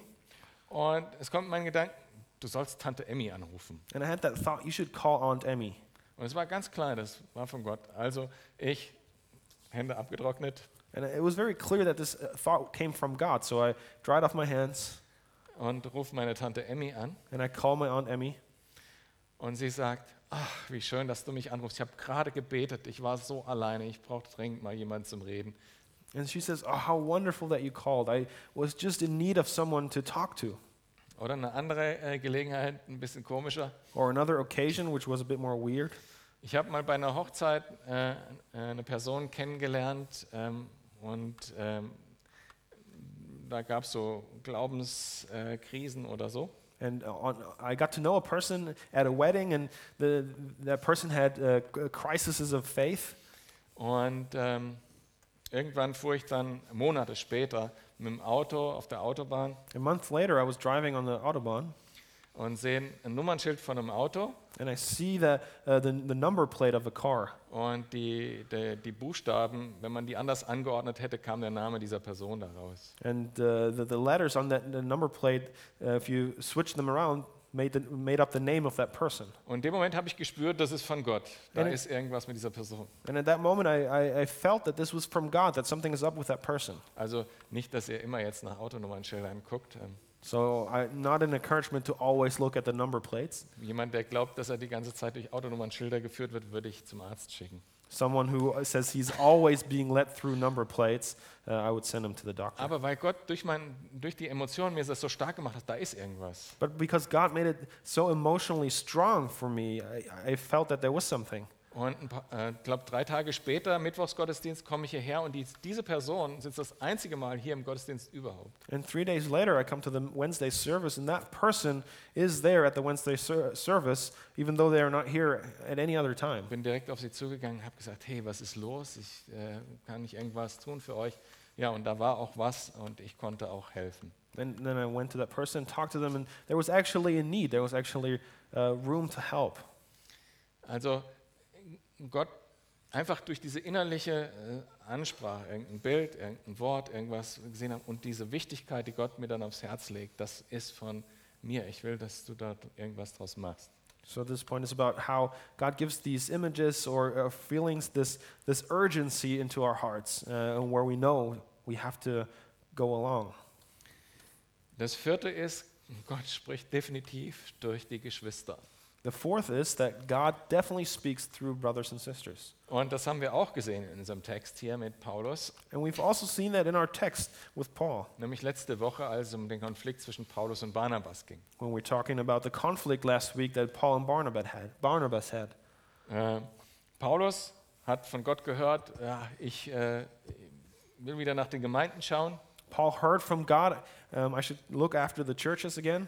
Speaker 3: und es kommt mein Gedanke, du sollst Tante Emmy anrufen.
Speaker 2: and I had that thought: you should call Aunt Emmy.
Speaker 3: Und es war ganz klar, das war von Gott. Also ich Hände abgetrocknet
Speaker 2: And it was very clear that this uh, thought came from God. So I dried off my hands
Speaker 3: und rufe meine Tante Emmy an
Speaker 2: and I called my Aunt Emmy.
Speaker 3: und sie sagt, ach, wie schön, dass du mich anrufst. Ich habe gerade gebetet, ich war so alleine, ich brauche dringend mal jemanden zum Reden.
Speaker 2: And she says, Oh, how wonderful that you called. I was just in need of someone to talk to.
Speaker 3: Oder eine andere äh, Gelegenheit, ein bisschen komischer.
Speaker 2: Or another occasion, which was a bit more weird.
Speaker 3: Ich habe mal bei einer Hochzeit äh, äh, eine Person kennengelernt ähm, und ähm, da gab es so Glaubenskrisen äh, Krisen oder so.
Speaker 2: And on, I got to know a person at a wedding, and the, that person had uh, c- crises of faith.
Speaker 3: Und ähm, irgendwann fuhr ich dann Monate später mit dem Auto auf der Autobahn
Speaker 2: A month later, I was driving on the Autobahn,
Speaker 3: und sehe ein Nummernschild von einem Auto
Speaker 2: and I see the, uh, the, the number plate of a car.
Speaker 3: und die, die, die Buchstaben, wenn man die anders angeordnet hätte, kam der Name dieser Person daraus.
Speaker 2: And uh, the, the letters on that the number plate, uh, if you switch them around, made, the, made up the name of that person.
Speaker 3: Und in dem Moment habe ich gespürt, das ist von Gott. Da
Speaker 2: Ja, ne-
Speaker 3: ist irgendwas mit dieser Person.
Speaker 2: And at that moment, I, I, I felt that this was from God, that something is up with that person.
Speaker 3: Also nicht, dass ihr immer jetzt nach Autonummernschildern guckt. Ähm,
Speaker 2: So, I, not an encouragement to always look at the number plates.
Speaker 3: Jemand, der glaubt, dass er die ganze Zeit durch Autonummernschilder geführt wird, würde ich zum Arzt schicken.
Speaker 2: Someone who says he's always being let through number plates, uh, I would send him to the doctor.
Speaker 3: Aber weil Gott durch, mein, durch die Emotionen mir das so stark gemacht hat, da ist irgendwas.
Speaker 2: But because God made it so emotionally strong for me, I, I felt that there was something.
Speaker 3: Und ein paar, äh, glaube drei Tage später, Mittwochsgottesdienst, komme ich hierher und die, diese Person sitzt das einzige Mal hier im Gottesdienst überhaupt.
Speaker 2: And three days later, I come to the Wednesday service, and that person is there at the Wednesday ser- service, even though they are not here at any other time.
Speaker 3: Ich bin direkt auf sie zugegangen, habe gesagt, hey, was ist los? Ich äh, kann ich irgendwas tun für euch. Ja, und da war auch was und ich konnte auch helfen.
Speaker 2: And then I went to that person, talked to them, and there was actually a need. There was actually uh, room to help.
Speaker 3: Also Gott einfach durch diese innerliche äh, Ansprache, irgendein Bild, irgendein Wort, irgendwas gesehen haben und diese Wichtigkeit, die Gott mir dann aufs Herz legt, das ist von mir. Ich will, dass du da irgendwas draus machst.
Speaker 2: So this point is about how God gives these images or uh, feelings, this this urgency into our hearts, uh, and where we know we have to go along.
Speaker 3: Das vierte ist, Gott spricht definitiv durch die Geschwister.
Speaker 2: The fourth is that God definitely speaks through brothers and sisters.
Speaker 3: Und das haben wir auch gesehen in unserem Text hier mit Paulus,
Speaker 2: And we've also seen that in our text with Paul.
Speaker 3: nämlich letzte Woche, als es um den Konflikt zwischen Paulus und Barnabas ging.
Speaker 2: when we're talking about the conflict last week that Paul and Barnabas had. Barnabas had.
Speaker 3: Äh, Paulus hat von Gott gehört, ja, ich äh, will wieder nach den Gemeinden schauen.
Speaker 2: Paul heard from God, um, I should look after the churches again.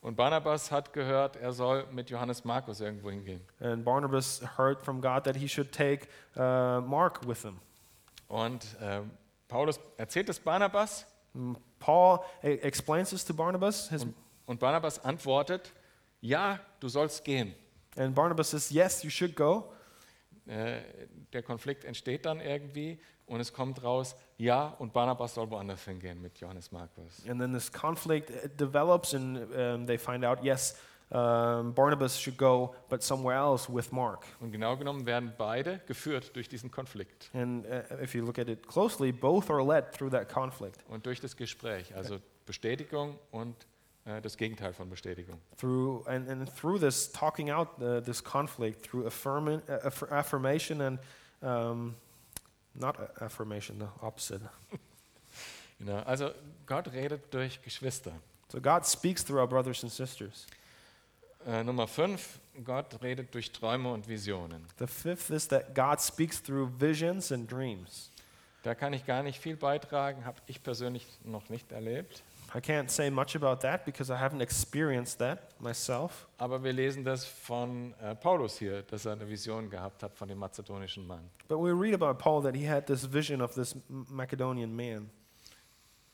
Speaker 3: Und Barnabas hat gehört, er soll mit Johannes Markus irgendwo hingehen.
Speaker 2: And Barnabas heard from God that he should take uh, Mark with him.
Speaker 3: Und äh, Paulus erzählt es Barnabas
Speaker 2: Mm, Paul eh, explains this to Barnabas, his,
Speaker 3: und, und Barnabas antwortet, ja, du sollst gehen.
Speaker 2: and Barnabas says, Yes, you should go.
Speaker 3: Äh, der Konflikt entsteht dann irgendwie und es kommt raus, ja, und Barnabas soll woanders hingehen mit Johannes Markus.
Speaker 2: And then this conflict eh, develops, and um, they find out, Yes, um, Barnabas should go, but somewhere else with Mark.
Speaker 3: Und genau genommen werden beide geführt durch diesen Konflikt
Speaker 2: And uh, if you look at it closely, both are led through that conflict.
Speaker 3: und durch das Gespräch, also Bestätigung und äh, das Gegenteil von Bestätigung.
Speaker 2: through and, and through this talking out uh, this conflict through affirmin, uh, aff- affirmation and um, not a- affirmation the opposite
Speaker 3: Genau. Also Gott redet durch Geschwister.
Speaker 2: so god speaks through our brothers and sisters
Speaker 3: Äh, Nummer 5, Gott redet durch Träume und Visionen.
Speaker 2: the fifth is that god speaks through visions and dreams
Speaker 3: Da kann ich gar nicht viel beitragen, habe ich persönlich noch nicht erlebt.
Speaker 2: i can't say much about that because i haven't experienced that myself
Speaker 3: Aber wir lesen das von äh, Paulus hier, dass er eine Vision gehabt hat von dem mazedonischen Mann.
Speaker 2: but we read about paul that he had this vision of this M- macedonian man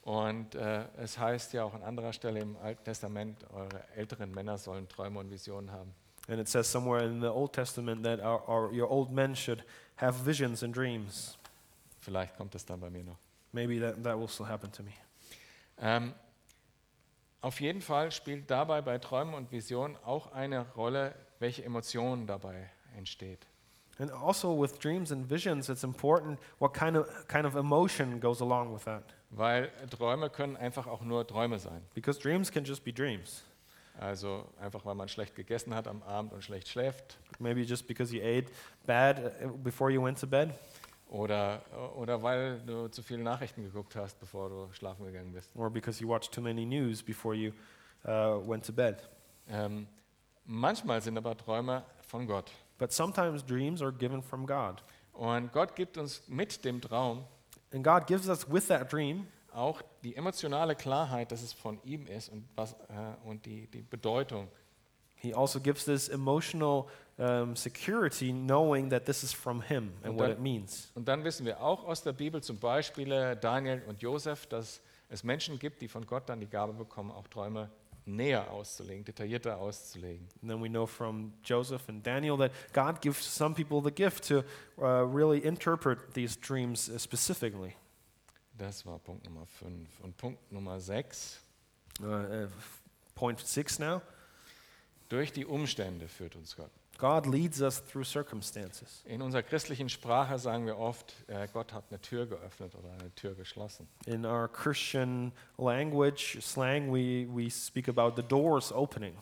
Speaker 3: Und äh, es heißt ja auch an anderer Stelle im Alten Testament, eure älteren Männer sollen Träume und Visionen haben.
Speaker 2: and it says somewhere in the old testament that our, our, your old men should have visions and dreams
Speaker 3: Vielleicht kommt das dann bei mir noch.
Speaker 2: maybe that, that will still happen to me
Speaker 3: Ähm, auf jeden Fall spielt dabei bei Träumen und Visionen auch eine Rolle, welche Emotionen dabei entsteht.
Speaker 2: And also with dreams and visions, it's important what kind of, kind of emotion goes along with that.
Speaker 3: Weil Träume können einfach auch nur Träume sein.
Speaker 2: Because dreams can just be dreams.
Speaker 3: Also einfach, weil man schlecht gegessen hat am Abend und schlecht schläft.
Speaker 2: Maybe just because you ate bad uh, before you went to bed,
Speaker 3: Oder, oder weil du zu viele Nachrichten geguckt hast, bevor du schlafen gegangen bist.
Speaker 2: or because you watched too many news before you uh, went to bed.
Speaker 3: Ähm, manchmal sind aber Träume von Gott.
Speaker 2: But sometimes dreams are given from God.
Speaker 3: Und Gott gibt uns mit dem Traum
Speaker 2: And God gives us with that dream
Speaker 3: auch die emotionale Klarheit, dass es von ihm ist und, was, äh, und die, die Bedeutung.
Speaker 2: He also gives this emotional um, security, knowing that this is from Him and
Speaker 3: Und
Speaker 2: what
Speaker 3: dann-
Speaker 2: it means.
Speaker 3: Und dann wissen wir auch aus der Bibel, zum Beispiel äh, Daniel und Josef, dass es Menschen gibt, die von Gott dann die Gabe bekommen, auch Träume näher auszulegen, detaillierter auszulegen.
Speaker 2: And then we know from Joseph and Daniel that God gives some people the gift to uh, really interpret these dreams uh, specifically.
Speaker 3: Das war Punkt Nummer 5. Und Punkt Nummer 6,
Speaker 2: Uh, uh, point six now
Speaker 3: durch die Umstände führt uns Gott.
Speaker 2: God leads us through circumstances.
Speaker 3: In unserer christlichen Sprache sagen wir oft, äh, Gott hat eine Tür geöffnet oder eine Tür geschlossen.
Speaker 2: In our Christian language, slang, we, we speak about the doors opening.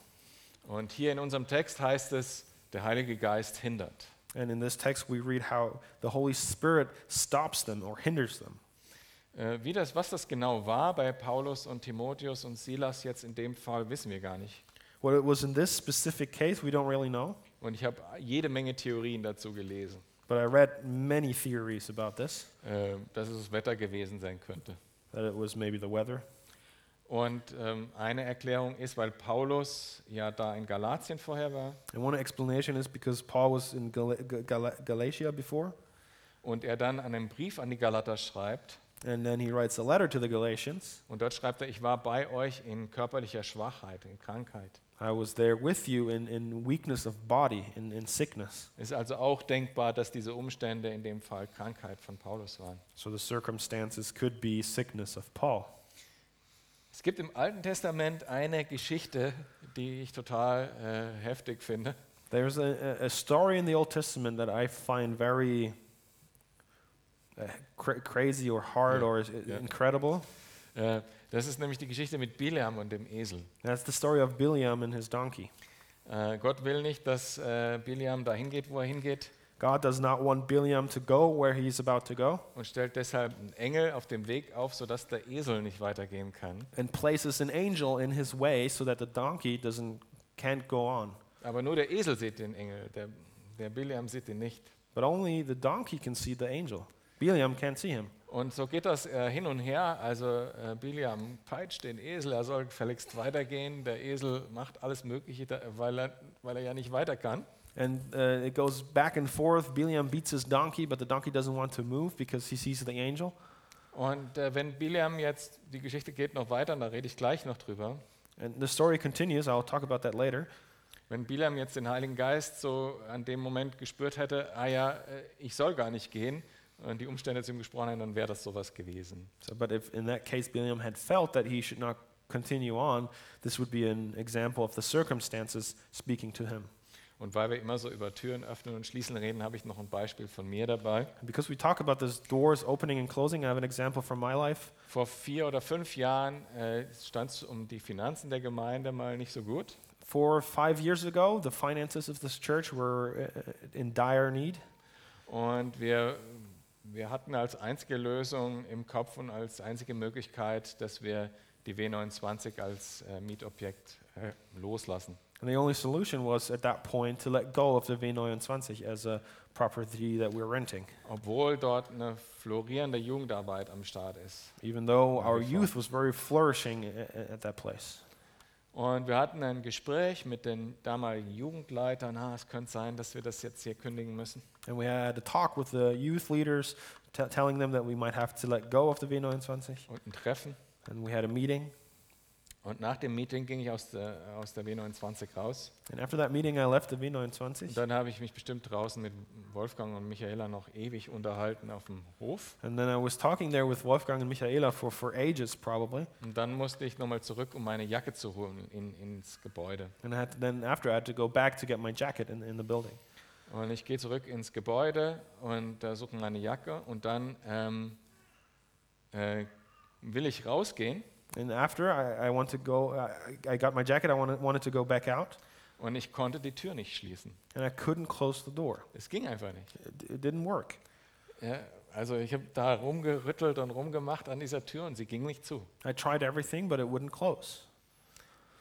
Speaker 3: Und hier in unserem Text heißt es, der Heilige Geist hindert.
Speaker 2: And in this text, we read how the Holy Spirit stops them or hinders them.
Speaker 3: Äh, Wie das, was das genau war bei Paulus und Timotheus und Silas jetzt in dem Fall, wissen wir gar nicht.
Speaker 2: What it was in this specific case, we don't really know,
Speaker 3: Und ich habe jede Menge Theorien dazu gelesen,
Speaker 2: but I read many theories about this,
Speaker 3: äh, dass es das Wetter gewesen sein könnte.
Speaker 2: that it was maybe the weather.
Speaker 3: Und ähm, eine Erklärung ist, weil Paulus ja da in Galatien vorher war
Speaker 2: And one explanation is because Paul was in Gal- Gal- Gal- Galatia before,
Speaker 3: und er dann an einem Brief an die Galater schreibt.
Speaker 2: and then he writes a letter to the Galatians
Speaker 3: Und dort schreibt er, ich war bei euch in körperlicher Schwachheit, in Krankheit.
Speaker 2: I was there with you in, in weakness of body, in, in sickness.
Speaker 3: Ist also auch denkbar, dass diese Umstände in dem Fall Krankheit von Paulus waren.
Speaker 2: So the circumstances could be sickness of Paul.
Speaker 3: Es gibt im Alten Testament eine Geschichte, die ich total äh, heftig finde.
Speaker 2: There's a, a a story in the Old Testament that I find very uh, cra- crazy or hard
Speaker 3: Yeah,
Speaker 2: or uh,
Speaker 3: yeah.
Speaker 2: incredible.
Speaker 3: Äh, das ist nämlich die Geschichte mit Bileam und dem Esel.
Speaker 2: That's the story of Biliam and his donkey.
Speaker 3: Äh, Gott will nicht, dass äh, Bileam dahin geht, wo er hingeht,
Speaker 2: God does not want Biliam to go where he's about to go
Speaker 3: und stellt deshalb einen Engel auf dem Weg auf, sodass der Esel nicht weitergehen kann.
Speaker 2: and places an angel in his way so that the donkey doesn't can't go on.
Speaker 3: Aber nur der Esel sieht den Engel, der, der Bileam sieht ihn nicht.
Speaker 2: But only the donkey can see the angel. Biliam can't see him.
Speaker 3: Und so geht das äh, hin und her. Also äh, Biliam peitscht den Esel, er soll gefälligst weitergehen. Der Esel macht alles Mögliche, da, weil, er, weil er ja nicht weiter kann.
Speaker 2: And uh, it goes back and forth. Biliam beats his donkey, but the donkey doesn't want to move because he sees the angel.
Speaker 3: Und äh, wenn Biliam jetzt, die Geschichte geht noch weiter, und da rede ich gleich noch drüber.
Speaker 2: And the story continues. I'll talk about that later.
Speaker 3: Wenn Biliam jetzt den Heiligen Geist so an dem Moment gespürt hätte, ah ja, äh, ich soll gar nicht gehen, und die Umstände zu ihm gesprochen hätten, dann wäre das sowas gewesen.
Speaker 2: So, but if in that case Biliam had felt that he should not continue on, this would be an example of the circumstances speaking to him.
Speaker 3: Und weil wir immer so über Türen öffnen und schließen reden, habe ich noch ein Beispiel von mir dabei.
Speaker 2: And because we talk about this doors opening and closing, I have an example from my life.
Speaker 3: Vor vier oder fünf Jahren äh, stand es um die Finanzen der Gemeinde mal nicht so gut.
Speaker 2: Four or five years ago, the finances of this church were uh, in dire need,
Speaker 3: Und wir, wir hatten als einzige Lösung im Kopf und als einzige Möglichkeit, dass wir die W29 als äh, Mietobjekt äh, loslassen.
Speaker 2: and the only solution was at that point to let go of the V29 as a property that we're renting,
Speaker 3: Obwohl dort eine florierende Jugendarbeit am Start ist.
Speaker 2: even though our
Speaker 3: Wonderful.
Speaker 2: youth was very flourishing a- a- at that place.
Speaker 3: Und wir hatten ein Gespräch mit den damaligen Jugendleitern. Ah, es könnte sein, dass wir das jetzt hier kündigen müssen.
Speaker 2: And we had a talk with the youth leaders, t- telling them that we might have to let go of the V29.
Speaker 3: Und ein Treffen.
Speaker 2: And we had a meeting.
Speaker 3: Und nach dem Meeting ging ich aus der, aus der W29 raus.
Speaker 2: And after that meeting, I left the
Speaker 3: Und
Speaker 2: V29.
Speaker 3: dann habe ich mich bestimmt draußen mit Wolfgang und Michaela noch ewig unterhalten auf dem Hof.
Speaker 2: And then I was talking there with Wolfgang and Michaela for, for ages, probably.
Speaker 3: Und dann musste ich nochmal zurück, um meine Jacke zu holen in, ins Gebäude.
Speaker 2: And I had to, then after, I had to go back to get my jacket in, in the building.
Speaker 3: Und ich gehe zurück ins Gebäude und äh, suche meine Jacke und dann ähm, äh, will ich rausgehen
Speaker 2: And after, I, I want to go, I, I got my jacket, I wanted, wanted to go back out,
Speaker 3: und ich konnte die Tür nicht schließen.
Speaker 2: and I couldn't close the door.
Speaker 3: Es ging einfach nicht.
Speaker 2: It, it didn't work.
Speaker 3: Ja, also ich habe da rumgerüttelt und rumgemacht an dieser Tür und sie ging nicht zu.
Speaker 2: I tried everything, but it wouldn't close.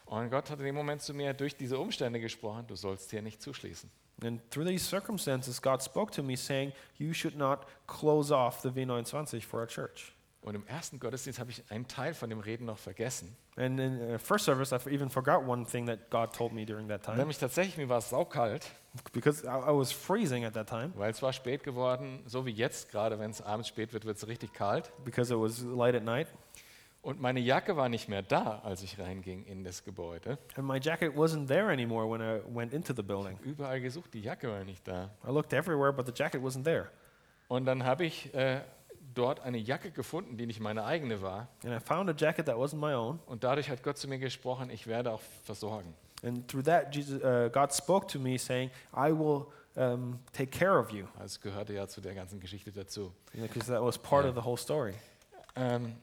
Speaker 3: Und Gott hat in dem Moment zu mir durch diese Umstände gesprochen, du sollst hier nicht zuschließen.
Speaker 2: And through these circumstances, God spoke to me saying, You should not close off the V29 for our church.
Speaker 3: Und im ersten Gottesdienst habe ich einen Teil von dem Reden noch vergessen.
Speaker 2: And in uh, first service, I f- even forgot one thing that God told me during that time
Speaker 3: Nämlich tatsächlich, mir war es saukalt,
Speaker 2: because I, I was freezing at that time
Speaker 3: weil es war spät geworden, so wie jetzt gerade, wenn es abends spät wird, wird es richtig kalt.
Speaker 2: because it was light at night.
Speaker 3: Und meine Jacke war nicht mehr da, als ich reinging in das Gebäude.
Speaker 2: And my jacket wasn't there anymore when I went into the building.
Speaker 3: Überall gesucht, die Jacke war nicht da.
Speaker 2: I looked everywhere, but the jacket wasn't there.
Speaker 3: Und dann habe ich äh, dort eine Jacke gefunden, die nicht meine eigene war.
Speaker 2: And I found a jacket that wasn't my own.
Speaker 3: Und dadurch hat Gott zu mir gesprochen, ich werde auch versorgen.
Speaker 2: And through that, Jesus, uh, God spoke to me saying, I will um, take care of you.
Speaker 3: Das Also gehörte ja zu der ganzen Geschichte dazu.
Speaker 2: Because that was part of
Speaker 3: Yeah.
Speaker 2: the whole story.
Speaker 3: Ähm,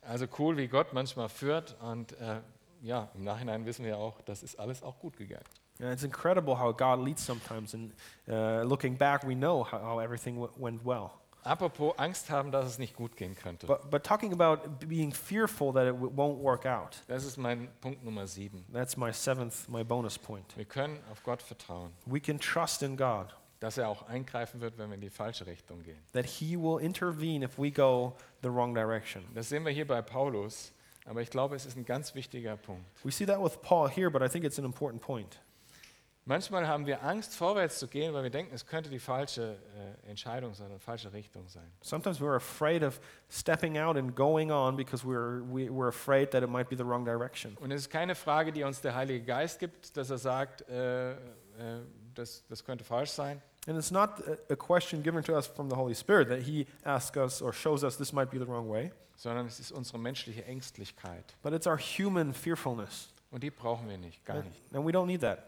Speaker 3: also cool, wie Gott manchmal führt. Und äh, ja, im Nachhinein wissen wir auch, das ist alles auch gut gegangen.
Speaker 2: And it's incredible how God leads sometimes. And uh, looking back, we know how, how everything w- went well.
Speaker 3: Apropos Angst haben, dass es nicht gut gehen könnte.
Speaker 2: But, but talking about b- being fearful that it w- won't work out,
Speaker 3: Das ist mein Punkt Nummer sieben.
Speaker 2: that's my seventh, my bonus point.
Speaker 3: Wir können auf Gott vertrauen,
Speaker 2: We can trust in God
Speaker 3: dass er auch eingreifen wird, wenn wir in die falsche Richtung gehen.
Speaker 2: that He will intervene if we go the wrong direction.
Speaker 3: Das sehen wir hier bei Paulus, aber ich glaube, es ist ein ganz wichtiger Punkt.
Speaker 2: We see that with Paul here, but I think it's an important point.
Speaker 3: Manchmal haben wir Angst, vorwärts zu gehen, weil wir denken, es könnte die falsche äh, Entscheidung sein, eine falsche Richtung sein.
Speaker 2: Sometimes we're afraid of stepping out and going on because we're, we, we're afraid that it might be the wrong direction.
Speaker 3: Und es ist keine Frage, die uns der Heilige Geist gibt, dass er sagt, äh, äh, das, das könnte falsch sein.
Speaker 2: And it's not a- a question given to us from the Holy Spirit that He asks us or shows us this might be the wrong way,
Speaker 3: sondern es ist unsere menschliche Ängstlichkeit.
Speaker 2: but it's our human fearfulness.
Speaker 3: Und die brauchen wir nicht, gar
Speaker 2: And,
Speaker 3: nicht.
Speaker 2: and we don't need that.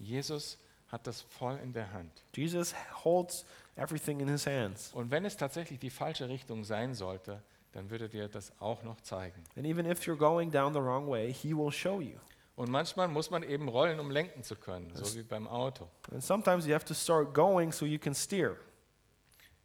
Speaker 3: Jesus hat das voll in der Hand.
Speaker 2: Jesus holds everything in His hands.
Speaker 3: Und wenn es tatsächlich die falsche Richtung sein sollte, dann wird er dir das auch noch zeigen.
Speaker 2: And even if you're going down the wrong way, He will show you.
Speaker 3: Und manchmal muss man eben rollen, um lenken zu können, so wie beim Auto.
Speaker 2: And sometimes you have to start going so you can steer.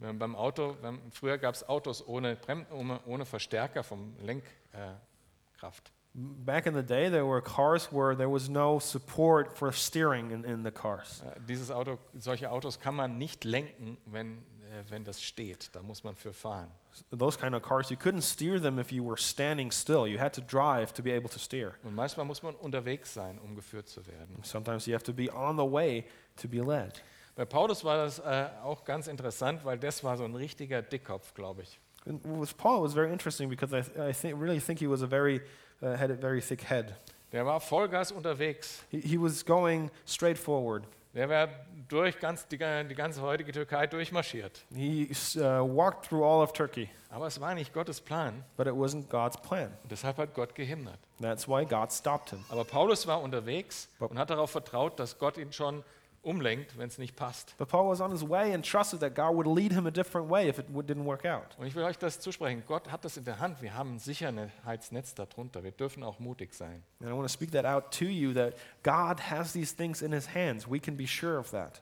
Speaker 3: Wenn man beim Auto, wenn, früher gab es Autos ohne, Brem, ohne, ohne Verstärker vom Lenkkraft. Äh, Kraft.
Speaker 2: Back in the day, there were cars where there was no support for steering in, in the cars.
Speaker 3: Äh, Dieses Auto, solche Autos kann man nicht lenken, wenn, äh, wenn das steht. Da muss man für fahren.
Speaker 2: those kind of cars, you couldn't steer them if you were standing still. You had to drive to be able to steer.
Speaker 3: Und manchmal muss man unterwegs sein, um geführt zu werden.
Speaker 2: Sometimes you have to be on the way to be led.
Speaker 3: Bei Paulus war das äh, auch ganz interessant, weil das war so ein richtiger Dickkopf, glaube ich.
Speaker 2: And with Paul, it was very interesting because I, th- I think, really think he was a very uh, had a very thick head.
Speaker 3: Der war Vollgas unterwegs.
Speaker 2: He, he was going straight forward.
Speaker 3: Der war durch ganz, die, ga- die ganze heutige Türkei durchmarschiert.
Speaker 2: He s- uh, walked through all of Turkey,
Speaker 3: Aber es war nicht Gottes Plan.
Speaker 2: but it wasn't God's plan.
Speaker 3: Und deshalb hat Gott gehindert.
Speaker 2: That's why God stopped him.
Speaker 3: Aber Paulus war unterwegs
Speaker 2: Bo-
Speaker 3: und hat darauf vertraut, dass Gott ihn schon umlenkt, wenn es nicht passt.
Speaker 2: But Paul was on his way and trusted that God would lead him a different way if it w- didn't work out.
Speaker 3: Und ich will euch das zusprechen. Gott hat das in der Hand. Wir haben ein Sicherheitsnetz darunter. Wir dürfen auch mutig sein.
Speaker 2: And I want to speak that out to you that God has these things in his hands. We can be sure of that.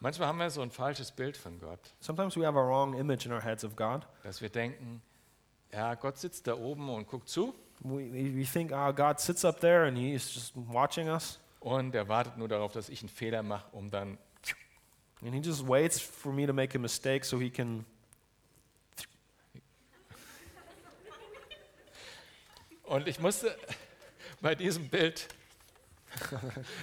Speaker 3: Manchmal haben wir so ein falsches Bild von Gott.
Speaker 2: Sometimes we have a wrong image in our heads of God.
Speaker 3: dass wir denken, ja, Gott sitzt da oben und guckt zu
Speaker 2: We, we think, ah, God sits up there and he's just watching us.
Speaker 3: und er wartet nur darauf, dass ich einen Fehler mache, um dann.
Speaker 2: And he just waits for me to make a mistake so he can.
Speaker 3: Und ich musste bei diesem Bild,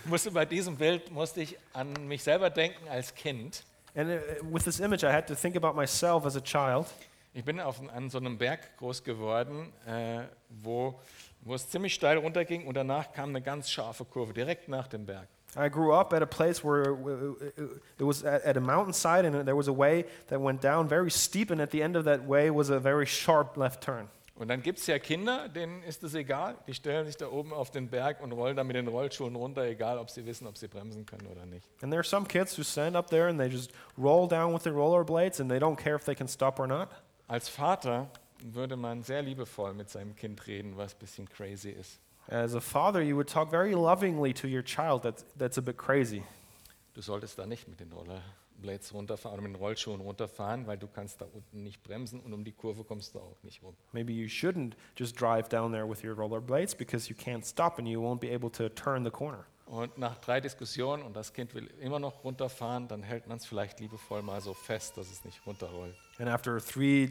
Speaker 3: musste bei diesem Bild musste ich an mich selber denken als Kind.
Speaker 2: And uh, with this image, I had to think about myself as a child.
Speaker 3: Ich bin auf, an so einem Berg groß geworden, äh, wo, wo es ziemlich steil runterging und danach kam eine ganz scharfe Kurve direkt nach dem Berg.
Speaker 2: I grew up at a place where uh, uh, it was at at a mountainside, and there was a way that went down very steep, and at the end of that way was a very sharp left turn.
Speaker 3: Und dann gibt es ja Kinder, denen ist es egal. Die stellen sich da oben auf den Berg und rollen da mit den Rollschuhen runter, egal ob sie wissen, ob sie bremsen können oder nicht.
Speaker 2: And there are some kids who stand up there and they just roll down with their rollerblades and they don't care if they can stop or not.
Speaker 3: Als Vater würde man sehr liebevoll mit seinem Kind reden, was ein bisschen crazy ist.
Speaker 2: As a father, you would talk very lovingly to your child that's, that's a bit crazy.
Speaker 3: Du solltest da nicht mit den Rollerblades runterfahren oder mit den Rollschuhen runterfahren, weil du kannst da unten nicht bremsen und um die Kurve kommst du auch nicht rum.
Speaker 2: Maybe you shouldn't just drive down there with your rollerblades because you can't stop and you won't be able to turn the corner.
Speaker 3: Und nach drei Diskussionen und das Kind will immer noch runterfahren, dann hält man es vielleicht liebevoll mal so fest, dass es nicht runterrollt.
Speaker 2: And after three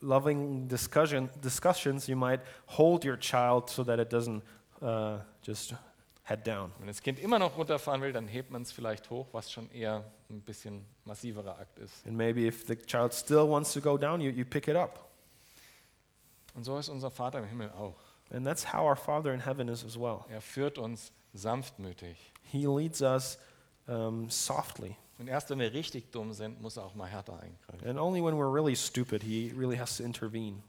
Speaker 2: loving discussion, discussions, you might hold your child so that it doesn't uh, just head down.
Speaker 3: Wenn das Kind immer noch runterfahren will, dann hebt man es vielleicht hoch, was schon eher ein bisschen massiverer Akt ist.
Speaker 2: And maybe if the child still wants to go down, you, you pick it up.
Speaker 3: Und so ist unser Vater im Himmel auch.
Speaker 2: And that's how our Father in heaven is as well.
Speaker 3: Er führt uns sanftmütig.
Speaker 2: He leads us um, softly.
Speaker 3: Und erst wenn wir richtig dumm sind, muss er auch mal härter eingreifen.
Speaker 2: And only when we're really stupid, He really has to intervene.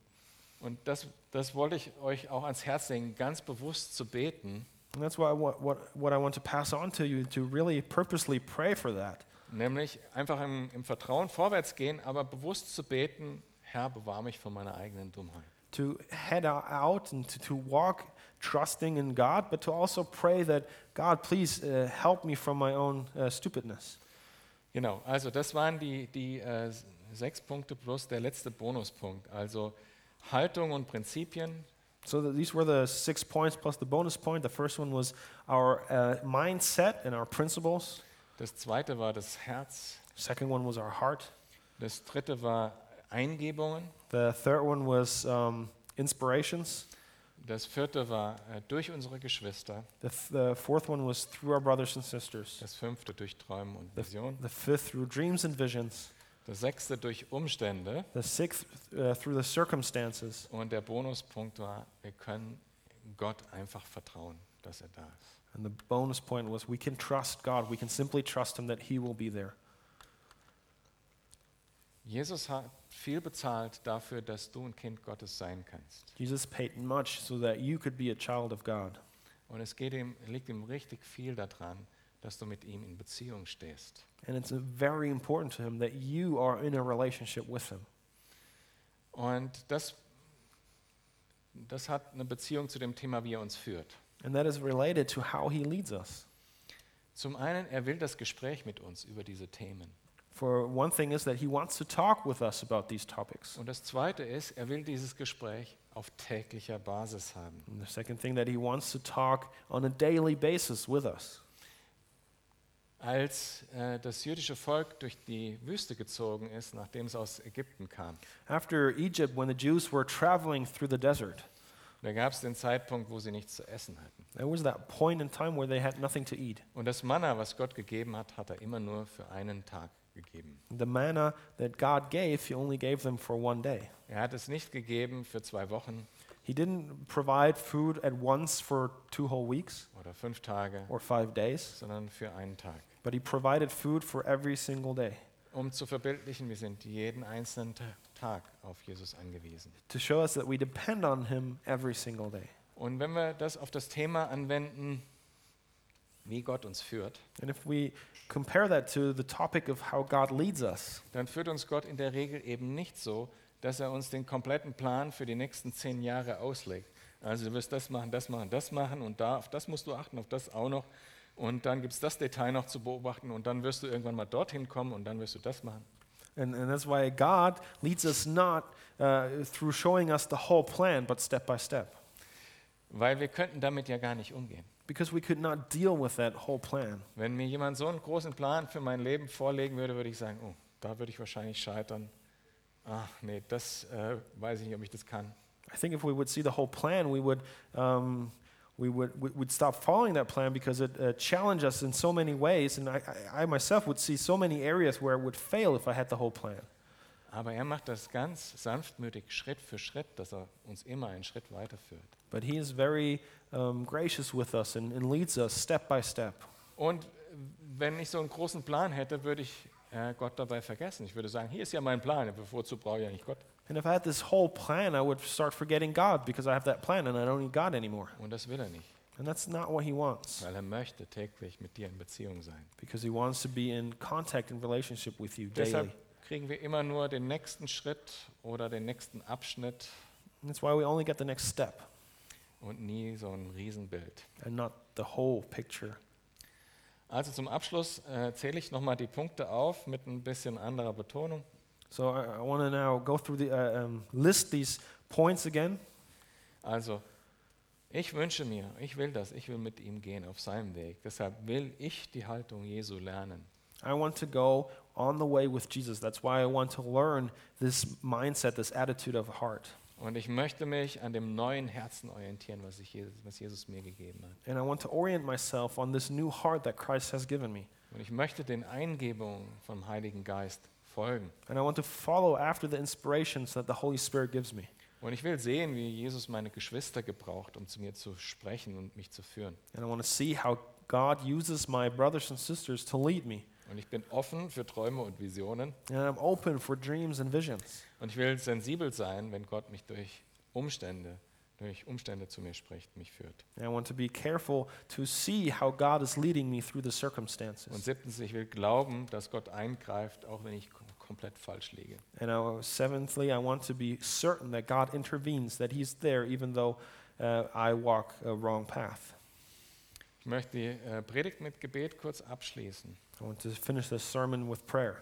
Speaker 3: Und das, das wollte ich euch auch ans Herz legen, ganz bewusst zu beten.
Speaker 2: And that's why what, what, what I want to pass on to you to really purposely pray for that.
Speaker 3: Nämlich einfach im, im Vertrauen vorwärts gehen, aber bewusst zu beten, Herr, bewahr mich von meiner eigenen Dummheit.
Speaker 2: to head o- out and to, to walk trusting in God, but to also pray that God, please uh, help me from my own uh, stupidness.
Speaker 3: Genau, also das waren die, die äh, sechs Punkte plus der letzte Bonuspunkt. Also Haltung und Prinzipien,
Speaker 2: So that these were the six points plus the bonus point. The first one was our uh, mindset and our principles.
Speaker 3: das zweite war das Herz,
Speaker 2: Second one was our heart.
Speaker 3: das dritte war Eingebungen,
Speaker 2: The third one was um, inspirations.
Speaker 3: das vierte war äh, durch unsere Geschwister,
Speaker 2: The, th- the fourth one was through our brothers and sisters.
Speaker 3: das fünfte durch Träume und Visionen,
Speaker 2: The fifth through dreams and visions.
Speaker 3: das sechste durch Umstände
Speaker 2: The sixth uh, through the circumstances.
Speaker 3: und der Bonuspunkt war, wir können Gott einfach vertrauen, dass er da ist.
Speaker 2: And the bonus point was we can trust God. We can simply trust Him that He will be there.
Speaker 3: Jesus hat viel bezahlt dafür, dass du ein Kind Gottes sein kannst.
Speaker 2: Jesus paid much so that you could be a child of God.
Speaker 3: Und es geht ihm, liegt ihm richtig viel daran, dass du mit ihm in Beziehung stehst.
Speaker 2: And it's uh, very important to Him that you are in a relationship with Him.
Speaker 3: Und das, das hat eine Beziehung zu dem Thema, wie er uns führt.
Speaker 2: And that is related to how He leads us.
Speaker 3: Zum einen, er will das Gespräch mit uns über diese Themen.
Speaker 2: For one thing is that He wants to talk with us about these topics.
Speaker 3: Und das zweite ist, er will dieses Gespräch auf täglicher Basis haben.
Speaker 2: And the second thing that He wants to talk on a daily basis with us.
Speaker 3: Als äh, das jüdische Volk durch die Wüste gezogen ist, nachdem es aus Ägypten kam,
Speaker 2: After Egypt, when the Jews were traveling through the desert,
Speaker 3: da gab es den Zeitpunkt, wo sie nichts zu essen hatten.
Speaker 2: there was that point in time where they had nothing to eat.
Speaker 3: Und das Manna, was Gott gegeben hat, hat er immer nur für einen Tag gegeben.
Speaker 2: The manna that God gave, He only gave them for one day.
Speaker 3: Er hat es nicht gegeben für zwei Wochen
Speaker 2: He didn't provide food at once for two whole weeks
Speaker 3: oder fünf Tage,
Speaker 2: or five days,
Speaker 3: sondern für einen Tag.
Speaker 2: but He provided food for every single day
Speaker 3: Um zu verbildlichen, wir sind jeden einzelnen Ta- Tag auf Jesus angewiesen.
Speaker 2: to show us that we depend on Him every single day.
Speaker 3: Und wenn wir das auf das Thema anwenden, wie Gott uns führt,
Speaker 2: And if we compare that to the topic of how God leads us,
Speaker 3: dann führt uns Gott in der Regel eben nicht so, dass er uns den kompletten Plan für die nächsten zehn Jahre auslegt. Also du wirst das machen, das machen, das machen und da, auf das musst du achten, auf das auch noch. Und dann gibt es das Detail noch zu beobachten und dann wirst du irgendwann mal dorthin kommen und dann wirst du das machen.
Speaker 2: and, and that's why God leads us not uh, through showing us the whole plan, but step by step,
Speaker 3: Weil wir könnten damit ja gar nicht umgehen.
Speaker 2: because we could not deal with that whole plan.
Speaker 3: Wenn mir jemand so einen großen Plan für mein Leben vorlegen würde, würde ich sagen, oh, da würde ich wahrscheinlich scheitern. Ach nee, das äh, weiß ich nicht, ob ich das kann.
Speaker 2: I think if we would see the whole plan, we would, um, we would we would stop following that plan because it uh, challenged us in so many ways. And I, I, I myself would see so many areas where it would fail if I had the whole plan.
Speaker 3: Aber er macht das ganz sanftmütig, Schritt für Schritt, dass er uns immer einen Schritt weiterführt.
Speaker 2: But He is very um, gracious with us and, and leads us step by step.
Speaker 3: Und äh, wenn ich so einen großen Plan hätte, würde ich äh, Gott dabei vergessen. Ich würde sagen, hier ist ja mein Plan, wozu brauche ich eigentlich Gott?
Speaker 2: And if I had this whole plan, I would start forgetting God because I have that plan and I don't need God anymore.
Speaker 3: Und das will er nicht,
Speaker 2: And that's not what He wants
Speaker 3: weil er möchte täglich mit dir in Beziehung sein.
Speaker 2: because He wants to be in contact and relationship with you daily.
Speaker 3: Deshalb kriegen wir immer nur den nächsten Schritt oder den nächsten Abschnitt
Speaker 2: And that's why we only get the next step
Speaker 3: und nie so ein Riesenbild.
Speaker 2: and not the whole picture.
Speaker 3: Also zum Abschluss äh, zähle ich nochmal die Punkte auf mit ein bisschen anderer Betonung.
Speaker 2: So I, I want to now go through the uh, um, list these points again.
Speaker 3: Also, ich wünsche mir, ich will das, ich will mit ihm gehen auf seinem Weg. Deshalb will ich die Haltung Jesu lernen.
Speaker 2: I want to go on the way with Jesus. That's why I want to learn this mindset, this attitude of heart.
Speaker 3: Und ich möchte mich an dem neuen Herzen orientieren, was, ich Jesus, was Jesus mir gegeben hat.
Speaker 2: And I want to orient myself on this new heart that Christ has given me.
Speaker 3: Und ich möchte den Eingebungen vom Heiligen Geist folgen.
Speaker 2: And I want to follow after the inspirations that the Holy Spirit gives me.
Speaker 3: Und ich will sehen, wie Jesus meine Geschwister gebraucht, um zu mir zu sprechen und mich zu führen.
Speaker 2: And I want to see how God uses my brothers and sisters to lead me.
Speaker 3: Und ich bin offen für Träume und Visionen.
Speaker 2: And I'm open for dreams and visions.
Speaker 3: Und ich will sensibel sein, wenn Gott mich durch Umstände, durch Umstände zu mir spricht, mich führt.
Speaker 2: And I want to be careful to see how God is leading me through the
Speaker 3: Und
Speaker 2: circumstances.
Speaker 3: siebtens, ich will glauben, dass Gott eingreift, auch wenn ich kom- komplett falsch liege.
Speaker 2: And I, seventhly, I want to be certain that God intervenes, that He's there even though uh, I walk a wrong path.
Speaker 3: Ich möchte die äh, Predigt mit Gebet kurz abschließen.
Speaker 2: I want to finish this sermon with prayer.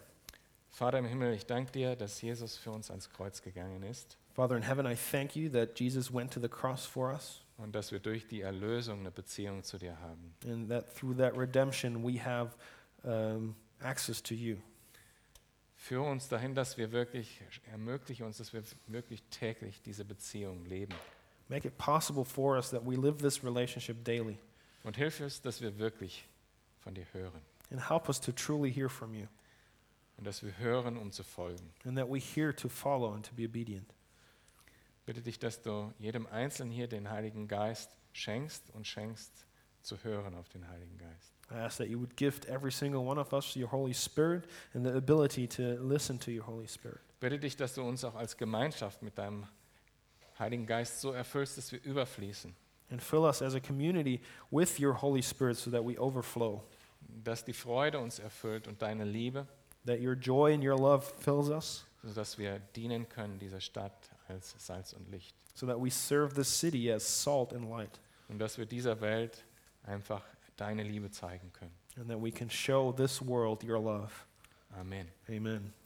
Speaker 3: Vater im Himmel, ich danke dir, dass Jesus für uns ans Kreuz gegangen ist
Speaker 2: Father in heaven, I thank you that Jesus went to the cross for us
Speaker 3: und dass wir durch die Erlösung eine Beziehung zu dir haben.
Speaker 2: and that through that redemption we have um, access to you.
Speaker 3: Führe uns dahin, dass wir wirklich, ermögliche uns, dass wir wirklich täglich diese Beziehung leben.
Speaker 2: Make it possible for us that we live this relationship daily
Speaker 3: Und hilf uns, dass wir wirklich von dir hören.
Speaker 2: and help us to truly hear from you
Speaker 3: Und dass wir hören, um zu folgen.
Speaker 2: and that we hear to follow and to be obedient.
Speaker 3: Bitte dich, dass du jedem Einzelnen hier den Heiligen Geist schenkst und schenkst zu hören auf den Heiligen Geist.
Speaker 2: I ask that you would gift every single one of us your Holy Spirit and the ability to listen to your Holy Spirit.
Speaker 3: Bitte dich, dass du uns auch als Gemeinschaft mit deinem Heiligen Geist so erfüllst, dass wir überfließen.
Speaker 2: And fill us as a community with your Holy Spirit so that we overflow,
Speaker 3: Dass die Freude uns erfüllt und deine Liebe,
Speaker 2: that your joy and your love fills us,
Speaker 3: sodass wir dienen können dieser Stadt als Salz und Licht.
Speaker 2: so that we serve this city as salt and light,
Speaker 3: Und dass wir dieser Welt einfach deine Liebe zeigen können.
Speaker 2: and that we can show this world your love.
Speaker 3: Amen.
Speaker 2: Amen.